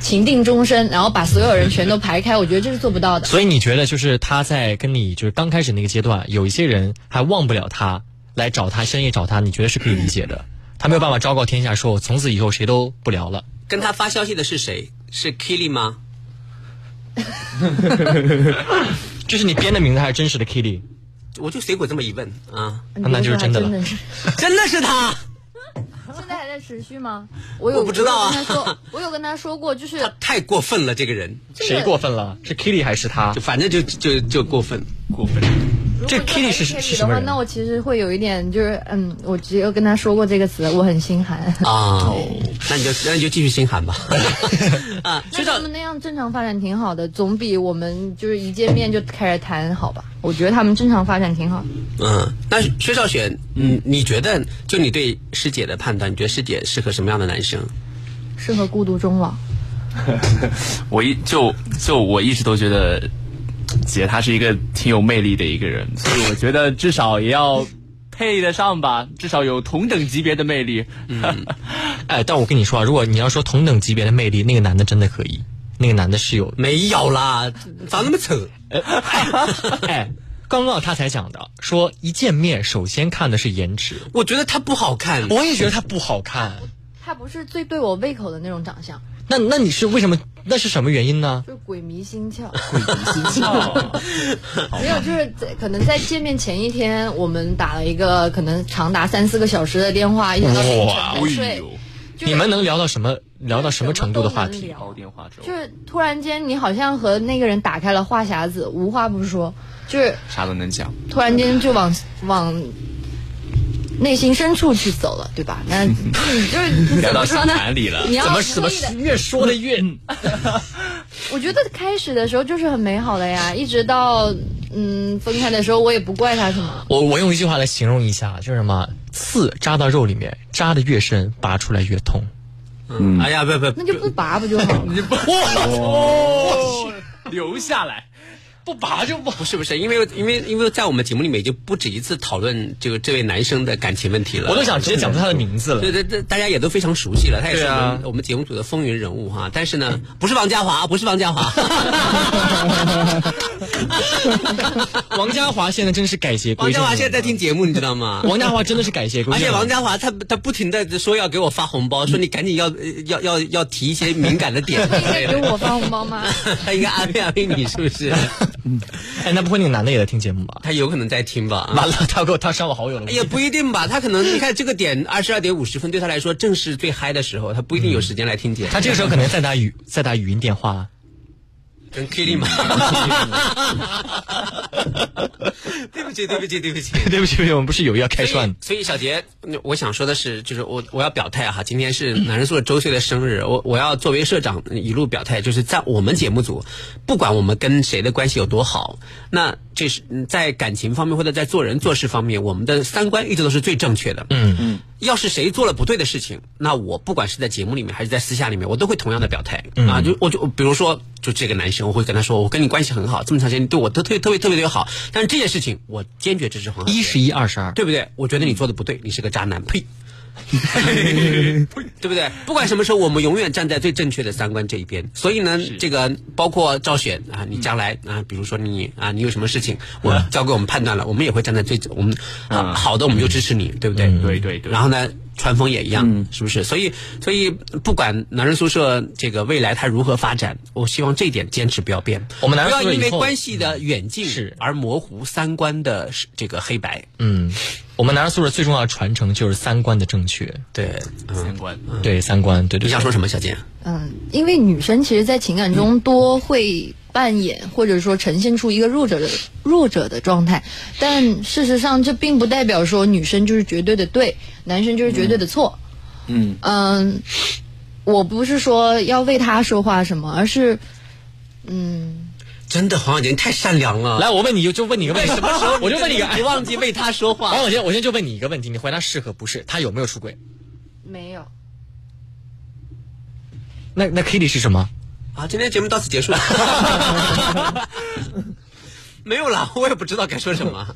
Speaker 5: 情定终身，然后把所有人全都排开？我觉得这是做不到的。
Speaker 2: 所以你觉得就是他在跟你就是刚开始那个阶段，有一些人还忘不了他，来找他深夜找他，你觉得是可以理解的。他没有办法昭告天下说，我从此以后谁都不聊了。
Speaker 1: 跟她发消息的是谁？是 Kitty 吗？
Speaker 2: 这是你编的名字还是真实的 Kitty？
Speaker 1: 我就随口这么一问啊，
Speaker 2: [laughs] 那就是真的了。
Speaker 1: 真的是他。
Speaker 5: 现在还在持续吗？我有
Speaker 1: 我不知道啊
Speaker 5: 我有跟他说，我有跟他说过，就是
Speaker 1: 太过分了，这个人
Speaker 5: 这个谁过
Speaker 2: 分了？是 Kitty 还是他？
Speaker 1: 就反正就就就过分，过分。
Speaker 2: 这 Kitty 是
Speaker 5: 这
Speaker 2: 是
Speaker 5: 里
Speaker 2: 什么
Speaker 5: 的话，
Speaker 2: 人啊
Speaker 5: 那我其实会有一点就是，嗯，我只有跟他说过这个词，我很心
Speaker 2: [laughs]
Speaker 5: 寒。
Speaker 1: 啊？那你就那你就继续心寒吧。
Speaker 5: 那他们那样正常发展挺好的，总比我们就是一见面就开始谈好吧？我觉得他们正常发展挺好。
Speaker 1: 嗯，那薛少雪，嗯，你觉得就你对师姐的判断，你觉得师姐适合什么样的男生？
Speaker 5: 适合孤独终老，
Speaker 4: [laughs] 我一就就我一直都觉得姐她是一个挺有魅力的一个人，所以我觉得至少也要配得上吧，至少有同等级别的魅力。嗯，
Speaker 2: 哎，但我跟你说啊，如果你要说同等级别的魅力，那个男的真的可以，那个男的是有
Speaker 1: 没有啦，长那么丑。
Speaker 2: 呃 [laughs] 哎，刚刚他才讲的，说一见面首先看的是颜值。
Speaker 1: 我觉得他不好看，
Speaker 2: 我也觉得他不好看。
Speaker 5: 他不是最对我胃口的那种长相，
Speaker 2: 那那你是为什么？那是什么原因呢？
Speaker 5: 就是鬼迷
Speaker 2: [laughs]
Speaker 5: 心窍。
Speaker 2: 心窍。
Speaker 5: 没有，就是在可能在见面前一天，我们打了一个可能长达三四个小时的电话，一直到凌晨才睡。
Speaker 2: [laughs] 哎你们能聊到什么？聊到什么程度的话
Speaker 5: 就是
Speaker 2: 题
Speaker 5: 什？
Speaker 4: 煲电话粥
Speaker 5: 就是突然间，你好像和那个人打开了话匣子，无话不说，就是
Speaker 4: 啥都能讲。
Speaker 5: 突然间就往往内心深处去走了，对吧？
Speaker 4: [laughs]
Speaker 5: 那你就是
Speaker 4: 聊
Speaker 5: 怎
Speaker 4: 到
Speaker 5: 么
Speaker 4: 心
Speaker 5: 说呢
Speaker 4: 坎里了？
Speaker 5: 你要
Speaker 4: 怎么
Speaker 5: 刻意
Speaker 2: 怎么越说的
Speaker 5: [laughs]
Speaker 2: 越……
Speaker 5: 我觉得开始的时候就是很美好的呀，一直到嗯分开的时候，我也不怪他什么。
Speaker 2: 我我用一句话来形容一下，就是什么刺扎到肉里面，扎的越深，拔出来越痛。
Speaker 1: 嗯，哎呀，不不，
Speaker 5: 那就不拔不
Speaker 4: [laughs]
Speaker 5: 就好了？
Speaker 2: 哦，
Speaker 4: 留下来，
Speaker 2: 不拔就不
Speaker 1: 不是不是，因为因为因为在我们节目里面已经不止一次讨论这个这位男生的感情问题了，
Speaker 2: 我都想直接讲出他的名字了
Speaker 1: 对对对，大家也都非常熟悉了，他也是
Speaker 2: 对
Speaker 1: 我们,、
Speaker 2: 啊
Speaker 1: 我们节目组的风云人物哈。但是呢，不是王家华，不是王家华，
Speaker 2: [laughs] 王家华现在真是改邪归
Speaker 1: 王家
Speaker 2: 正了。
Speaker 1: 华现在在听节目，你知道 [laughs] 吗？
Speaker 2: [laughs] 王家华真的是改邪归
Speaker 1: 而
Speaker 2: 正
Speaker 1: 且
Speaker 2: 了。
Speaker 1: 王家华他他不停的说要给我发红包，说你赶紧要呃要要要提一些敏感的 [laughs] 点之类
Speaker 5: 给
Speaker 1: 的，
Speaker 5: 我发红包吗？
Speaker 1: [laughs] 他应该安慰安慰你是不 [laughs] 是？
Speaker 2: 哎，那不会那个男的也在听节目吧？
Speaker 1: 他有可能在听吧？
Speaker 2: 完了，他给我他删我好友
Speaker 1: [laughs]
Speaker 2: 了。[laughs]
Speaker 1: 也不一定吧，他可能你看这个点二十二点五十分对他来说正嗯是最嗨的时候，他不一定有时间来听节目。
Speaker 2: 他这个时候可能在打语在打语音电话。
Speaker 1: 跟 Kitty [laughs] 吗？对不起，对不起，对不起，
Speaker 2: [laughs] 对不起，我们不是有意要开涮。
Speaker 1: 所以小杰，我想说的是，就是我我要表态哈，今天是男人宿舍周岁的生日，我我要作为社长一路表态，就是在我们节目组，不管我们跟谁的关系有多好，那这是在感情方面或者在做人做事方面，我们的三观一直都是最正确的。
Speaker 2: 嗯嗯，
Speaker 1: 要是谁做了不对的事情，那我不管是在节目里面还是在私下里面，我都会同样的表态、
Speaker 2: 嗯、
Speaker 1: 啊。就我就比如说，就这个男生，我会跟他说，我跟你关系很好，这么长时间你对我特特特别特别特别好，但是这件事情我坚决支持黄。
Speaker 2: 一十一二十二，
Speaker 1: 对不对？我觉得你做的不
Speaker 2: 嗯
Speaker 1: 对，你是个渣男，
Speaker 2: [laughs]
Speaker 1: 呸！对不对？不管什么时候，我们永远站在最正确的三观这一边。所以呢，这个包括赵选啊，你将来
Speaker 2: 嗯
Speaker 1: 啊，比如说你啊，你有什么事情，我交给我们判断了，我们也会站在最我们
Speaker 2: 嗯
Speaker 1: 啊好的，我们就支持你，对不对？
Speaker 4: 对对对。
Speaker 1: 然后呢，传风也一
Speaker 2: 嗯
Speaker 1: 样，是不是？所以，所以不管男人宿舍这个未来它如何发展，我希望这一点坚持不要变。
Speaker 2: 我们男
Speaker 1: 不
Speaker 2: 人
Speaker 1: 要
Speaker 2: 宿舍
Speaker 1: 因为
Speaker 2: 以后
Speaker 1: 关系的远近是而模糊三观的这个黑白。
Speaker 2: 嗯，我们男人宿舍最重要的传承就是三观的正确。
Speaker 1: 对，嗯
Speaker 4: 三观。
Speaker 2: 对三观，对对。
Speaker 1: 你想说什么，小金？
Speaker 5: 嗯，因为女生其实，在情感中多会扮演、或者说呈现出一个弱者的弱者的状态，但事实上这并不代表说女生就是绝对的对，男生就是绝对的错。
Speaker 7: 嗯
Speaker 5: 嗯，我不是说要为他说话什么，而是嗯，
Speaker 1: 真的，黄小杰你太善良了。
Speaker 2: 来，我问你，就问你一个问题，
Speaker 1: 为什么时候
Speaker 2: [laughs] 我就问你一个，啊
Speaker 1: 你忘记为他说
Speaker 2: [laughs]
Speaker 1: 话 [laughs]
Speaker 2: 王小杰，我现在就问你一个问题，你回答是和不是？他有没有出轨？
Speaker 5: 没有。
Speaker 2: 那那 Kitty 是什么？
Speaker 1: 好，啊今天节目到此结 [laughs] 束。没有啦，我也不知道该说什么，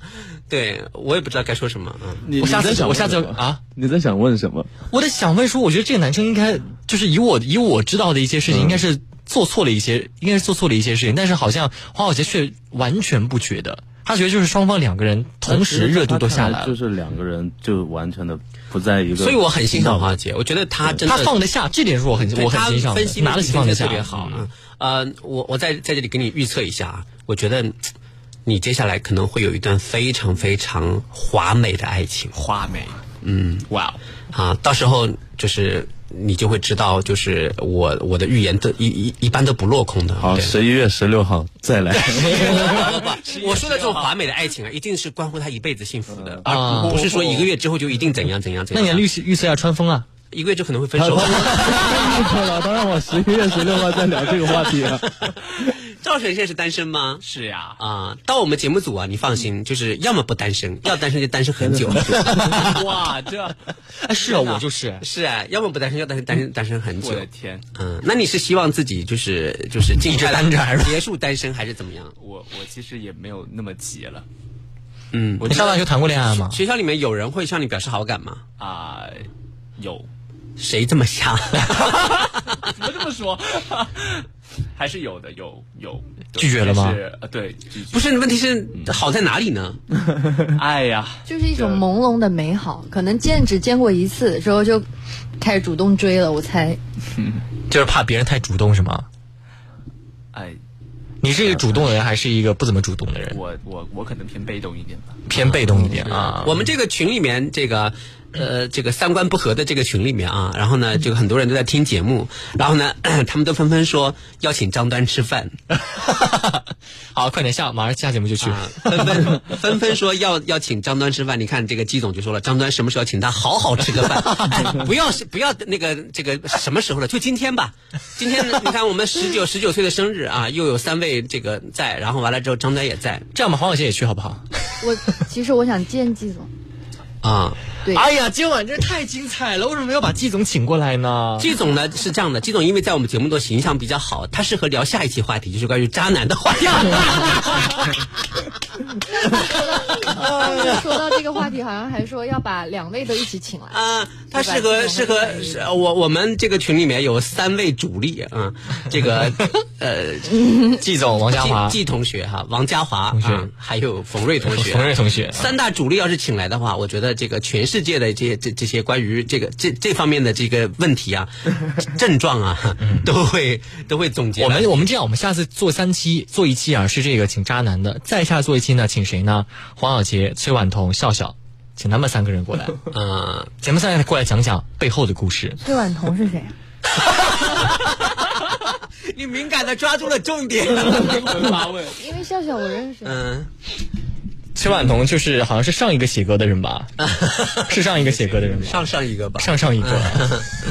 Speaker 1: 对我也不知道该说什么。嗯，
Speaker 2: 我下次
Speaker 7: 你在想
Speaker 2: 我下次
Speaker 7: 问什么
Speaker 2: 啊，
Speaker 7: 你在想问什么？
Speaker 2: 我在想问说，我觉得这个男生应该就是以我以我知道的一些事
Speaker 1: 嗯
Speaker 2: 情，应该是做错了一些，应该是做错了一些事情，但是好像黄晓杰却完全不觉得，他觉得就是双方两个人同时热度都下来
Speaker 7: 就
Speaker 2: 了。
Speaker 7: 是两个人就完全的不在一个。
Speaker 1: 所以我很欣赏黄小杰，我觉得他真的
Speaker 2: 他放得下，这点是我很
Speaker 1: 对
Speaker 2: 我很
Speaker 1: 他
Speaker 2: 欣赏的
Speaker 1: 分析，
Speaker 2: 拿得起放得下，嗯
Speaker 1: 特别好啊。呃，我我在在这里给你预测一下啊，我觉得你接下来可能会有一段非常非常华美的爱情。
Speaker 4: 华美，
Speaker 1: 嗯，
Speaker 4: 哇哦，
Speaker 1: 啊，到时候就是你就会知道，就是我我的预言都一一一般都不落空的。
Speaker 7: 好，
Speaker 1: 对 [laughs]
Speaker 7: 十一月十六号再 [laughs] 来。
Speaker 1: 不，我说的这种华美的爱情啊，一定是关乎他一辈子幸福的，
Speaker 7: 啊
Speaker 1: 而不是说一个月之后就一定怎样怎样怎
Speaker 2: 那
Speaker 1: 样。
Speaker 2: 你的预预测要穿风啊？
Speaker 1: 一个月就可能会
Speaker 7: [laughs]
Speaker 1: 分手。
Speaker 7: 了，当然我十一月十六号再聊这个话题啊。
Speaker 1: [laughs] 赵晨现在是单身吗？
Speaker 4: 是呀、
Speaker 1: 啊，到我们节目组啊，你放心，就是要么不单身，要单身就单身
Speaker 7: [laughs]
Speaker 1: 很久。
Speaker 4: 哇，这
Speaker 2: 哎， [laughs] 是啊，我就是。
Speaker 1: [laughs] 是啊，要么不单身，要单身单身单身很久
Speaker 4: 我。的天，
Speaker 1: 嗯，那你是希望自己就是就是尽
Speaker 2: 一直
Speaker 1: 快地
Speaker 2: 单着还是
Speaker 1: 结束单身，还是怎么样？
Speaker 4: 我我其实也没有那么急了
Speaker 1: 嗯，
Speaker 2: 你上大学谈过恋爱吗？
Speaker 1: 学校里面有人会向你表示好感吗？
Speaker 4: 啊、有，
Speaker 1: 谁这么想？
Speaker 4: 怎么这么说？ [laughs] 还是有的，有有对
Speaker 2: 拒绝了吗
Speaker 4: 但是呃对，拒绝
Speaker 1: [laughs] 不是，问题是好在哪里呢？
Speaker 2: 嗯
Speaker 4: 爱呀、
Speaker 5: 就是一种朦胧的美好，可能见只见过一次之后就开始主动追了，我猜。
Speaker 2: 就是怕别人太主动是吗？
Speaker 4: 哎，
Speaker 2: 你是一个主动的人，还是一个不怎么主动的人？
Speaker 4: 我我我可能偏被动一点吧。
Speaker 2: 偏被动一点啊。
Speaker 1: 我们这个群里面，这个呃，这个三观不合的这个群里面啊，然后呢，这个很多人都在听节目，然后呢， [coughs] 他们都纷纷说邀请张端吃饭，
Speaker 2: [laughs] 好，快点下，马上下节目就去。
Speaker 1: 啊，纷纷纷纷说要要请张端吃饭。你看这个季总就说了，张端什么时候请他好好吃个 [laughs] 饭？哎不要是不要那个这个什么时候了？就今天 [laughs] 吧。今天你看我们十九十九岁的生日啊，又有三位这个在，然后完了之后张端也在
Speaker 2: 这样吧，黄小姐也去好不好？
Speaker 5: 我其实我想见季总，
Speaker 1: 啊。
Speaker 5: 对，
Speaker 2: 哎呀，今晚真是太精彩了！为什么没有把季总请过来呢？
Speaker 1: 季总呢是这样的，季总因为在我们节目的形象比较好，他适合聊下一期话题，就是关于渣男的话 [laughs] 题。
Speaker 5: 说到这个话题，好像还说要把两位都一起请来。
Speaker 1: 啊，他适合适合是呃我我们这个群里面有三位主力啊，这个呃
Speaker 2: 季总、王嘉华、
Speaker 1: 季季同学哈、王嘉华
Speaker 2: 同学
Speaker 1: 啊，还有冯瑞同学，
Speaker 2: 冯瑞同学
Speaker 1: 三大主力要是请来的话，我觉得这个全世界的这些这这些关于这个这这方面的这个问题
Speaker 2: [laughs]
Speaker 1: 啊、症状啊，都会都会总结来。
Speaker 2: 嗯我们我们这样，我们下次做三期，做一期啊是这个请渣男的，再下做一期呢请谁呢？黄小杰、崔婉彤、笑笑，请他们三个人 [laughs] 过来，
Speaker 1: 啊，
Speaker 2: 咱们三个人过来讲讲背后的故事。
Speaker 5: 崔婉彤是谁啊？
Speaker 1: 你敏感的抓住了重点。
Speaker 5: [laughs] 因为笑笑我认识，
Speaker 1: 嗯，
Speaker 2: 崔婉彤就是好像是上一个写歌的人
Speaker 1: [laughs]
Speaker 2: 吧？是上一个写歌的人吧？
Speaker 1: 上上一个吧，
Speaker 2: 上上一
Speaker 1: [laughs]
Speaker 2: 个。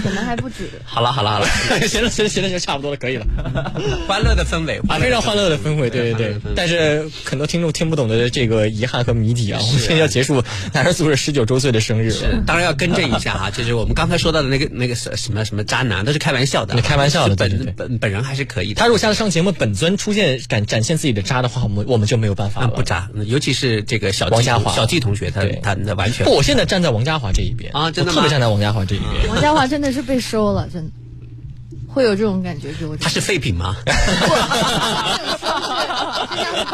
Speaker 5: 可能还不止。
Speaker 1: 好了好了好了，
Speaker 2: 行了行了行了，行了差不多了，可
Speaker 1: [laughs]
Speaker 2: 以了。
Speaker 1: 欢乐的氛围，
Speaker 2: [laughs] 啊，非常欢乐的氛围，对对对。但是很多听众听不懂的这个遗憾和谜底啊，我们现在要结束男人宿舍十九周岁的生日了。
Speaker 1: 是，嗯当然要更正一
Speaker 2: [laughs]
Speaker 1: 下啊，就是我们刚才说到的那个那个什什么什么渣男，都是开玩笑的啊，
Speaker 2: 你开玩笑的，对对
Speaker 1: 本
Speaker 2: 对。
Speaker 1: 本本人还是可以的。
Speaker 2: 他如果下次上节目本尊出现敢展现自己的渣的话，我们我们就没有办法了。
Speaker 1: 嗯啊不渣，尤其是这个小
Speaker 2: 啊王
Speaker 1: 季
Speaker 2: 嘉华
Speaker 1: 小季同学，他他那完全
Speaker 2: 不，我现在站在王家华这一边
Speaker 1: 啊真的
Speaker 2: 我
Speaker 1: 吗
Speaker 2: 特别站在王家华这一边。
Speaker 1: [laughs]
Speaker 5: 王嘉华真的是被收了，真的会有这种感觉给我。
Speaker 1: 他是废品
Speaker 2: [laughs]
Speaker 1: 吗？ [laughs]
Speaker 5: 哎给降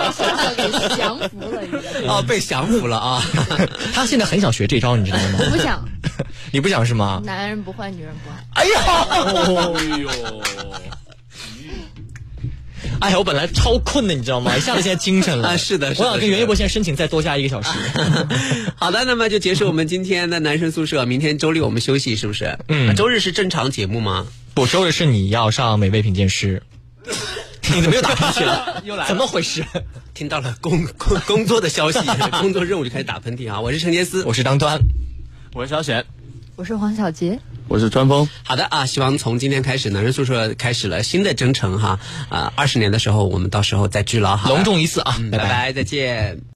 Speaker 5: 服了，已经
Speaker 1: 哦，被降服了啊！ [laughs]
Speaker 2: 他现在很想学这招，你知道吗？
Speaker 5: 我不想，
Speaker 2: [laughs] 你不想是吗？
Speaker 5: 男人不坏，女人不爱。
Speaker 2: 哎呀，哎呀，我本来超困的，你知道
Speaker 1: [laughs]
Speaker 2: 吗？一下子现在精神了。
Speaker 1: 啊是的是的
Speaker 2: 我想跟袁一博现在申请再多加一个
Speaker 1: [laughs]
Speaker 2: 小时。
Speaker 1: 好的，那么就结束我们今天的男生宿舍。明天周六我们休息，是不是？嗯，周日是正常节目吗？
Speaker 2: 不，周日是你要上美味品
Speaker 1: [laughs]
Speaker 2: 鉴师。你怎么又打喷嚏了？
Speaker 1: 又来了
Speaker 2: 怎么回事？
Speaker 1: 听到了工工工作的
Speaker 2: [laughs]
Speaker 1: 消息，工作任务就开始打喷嚏啊！我是陈杰斯，
Speaker 2: 我是张端，
Speaker 4: 我是小雪。
Speaker 5: 我是黄小杰，
Speaker 7: 我是川峰。
Speaker 1: 好的啊，希望从今天开始，男人宿舍开始了新的征程哈。啊、2二十年的时候，我们到时候再聚了哈。
Speaker 2: 隆重一次啊！
Speaker 1: 嗯，
Speaker 2: 拜
Speaker 1: 拜拜，再见。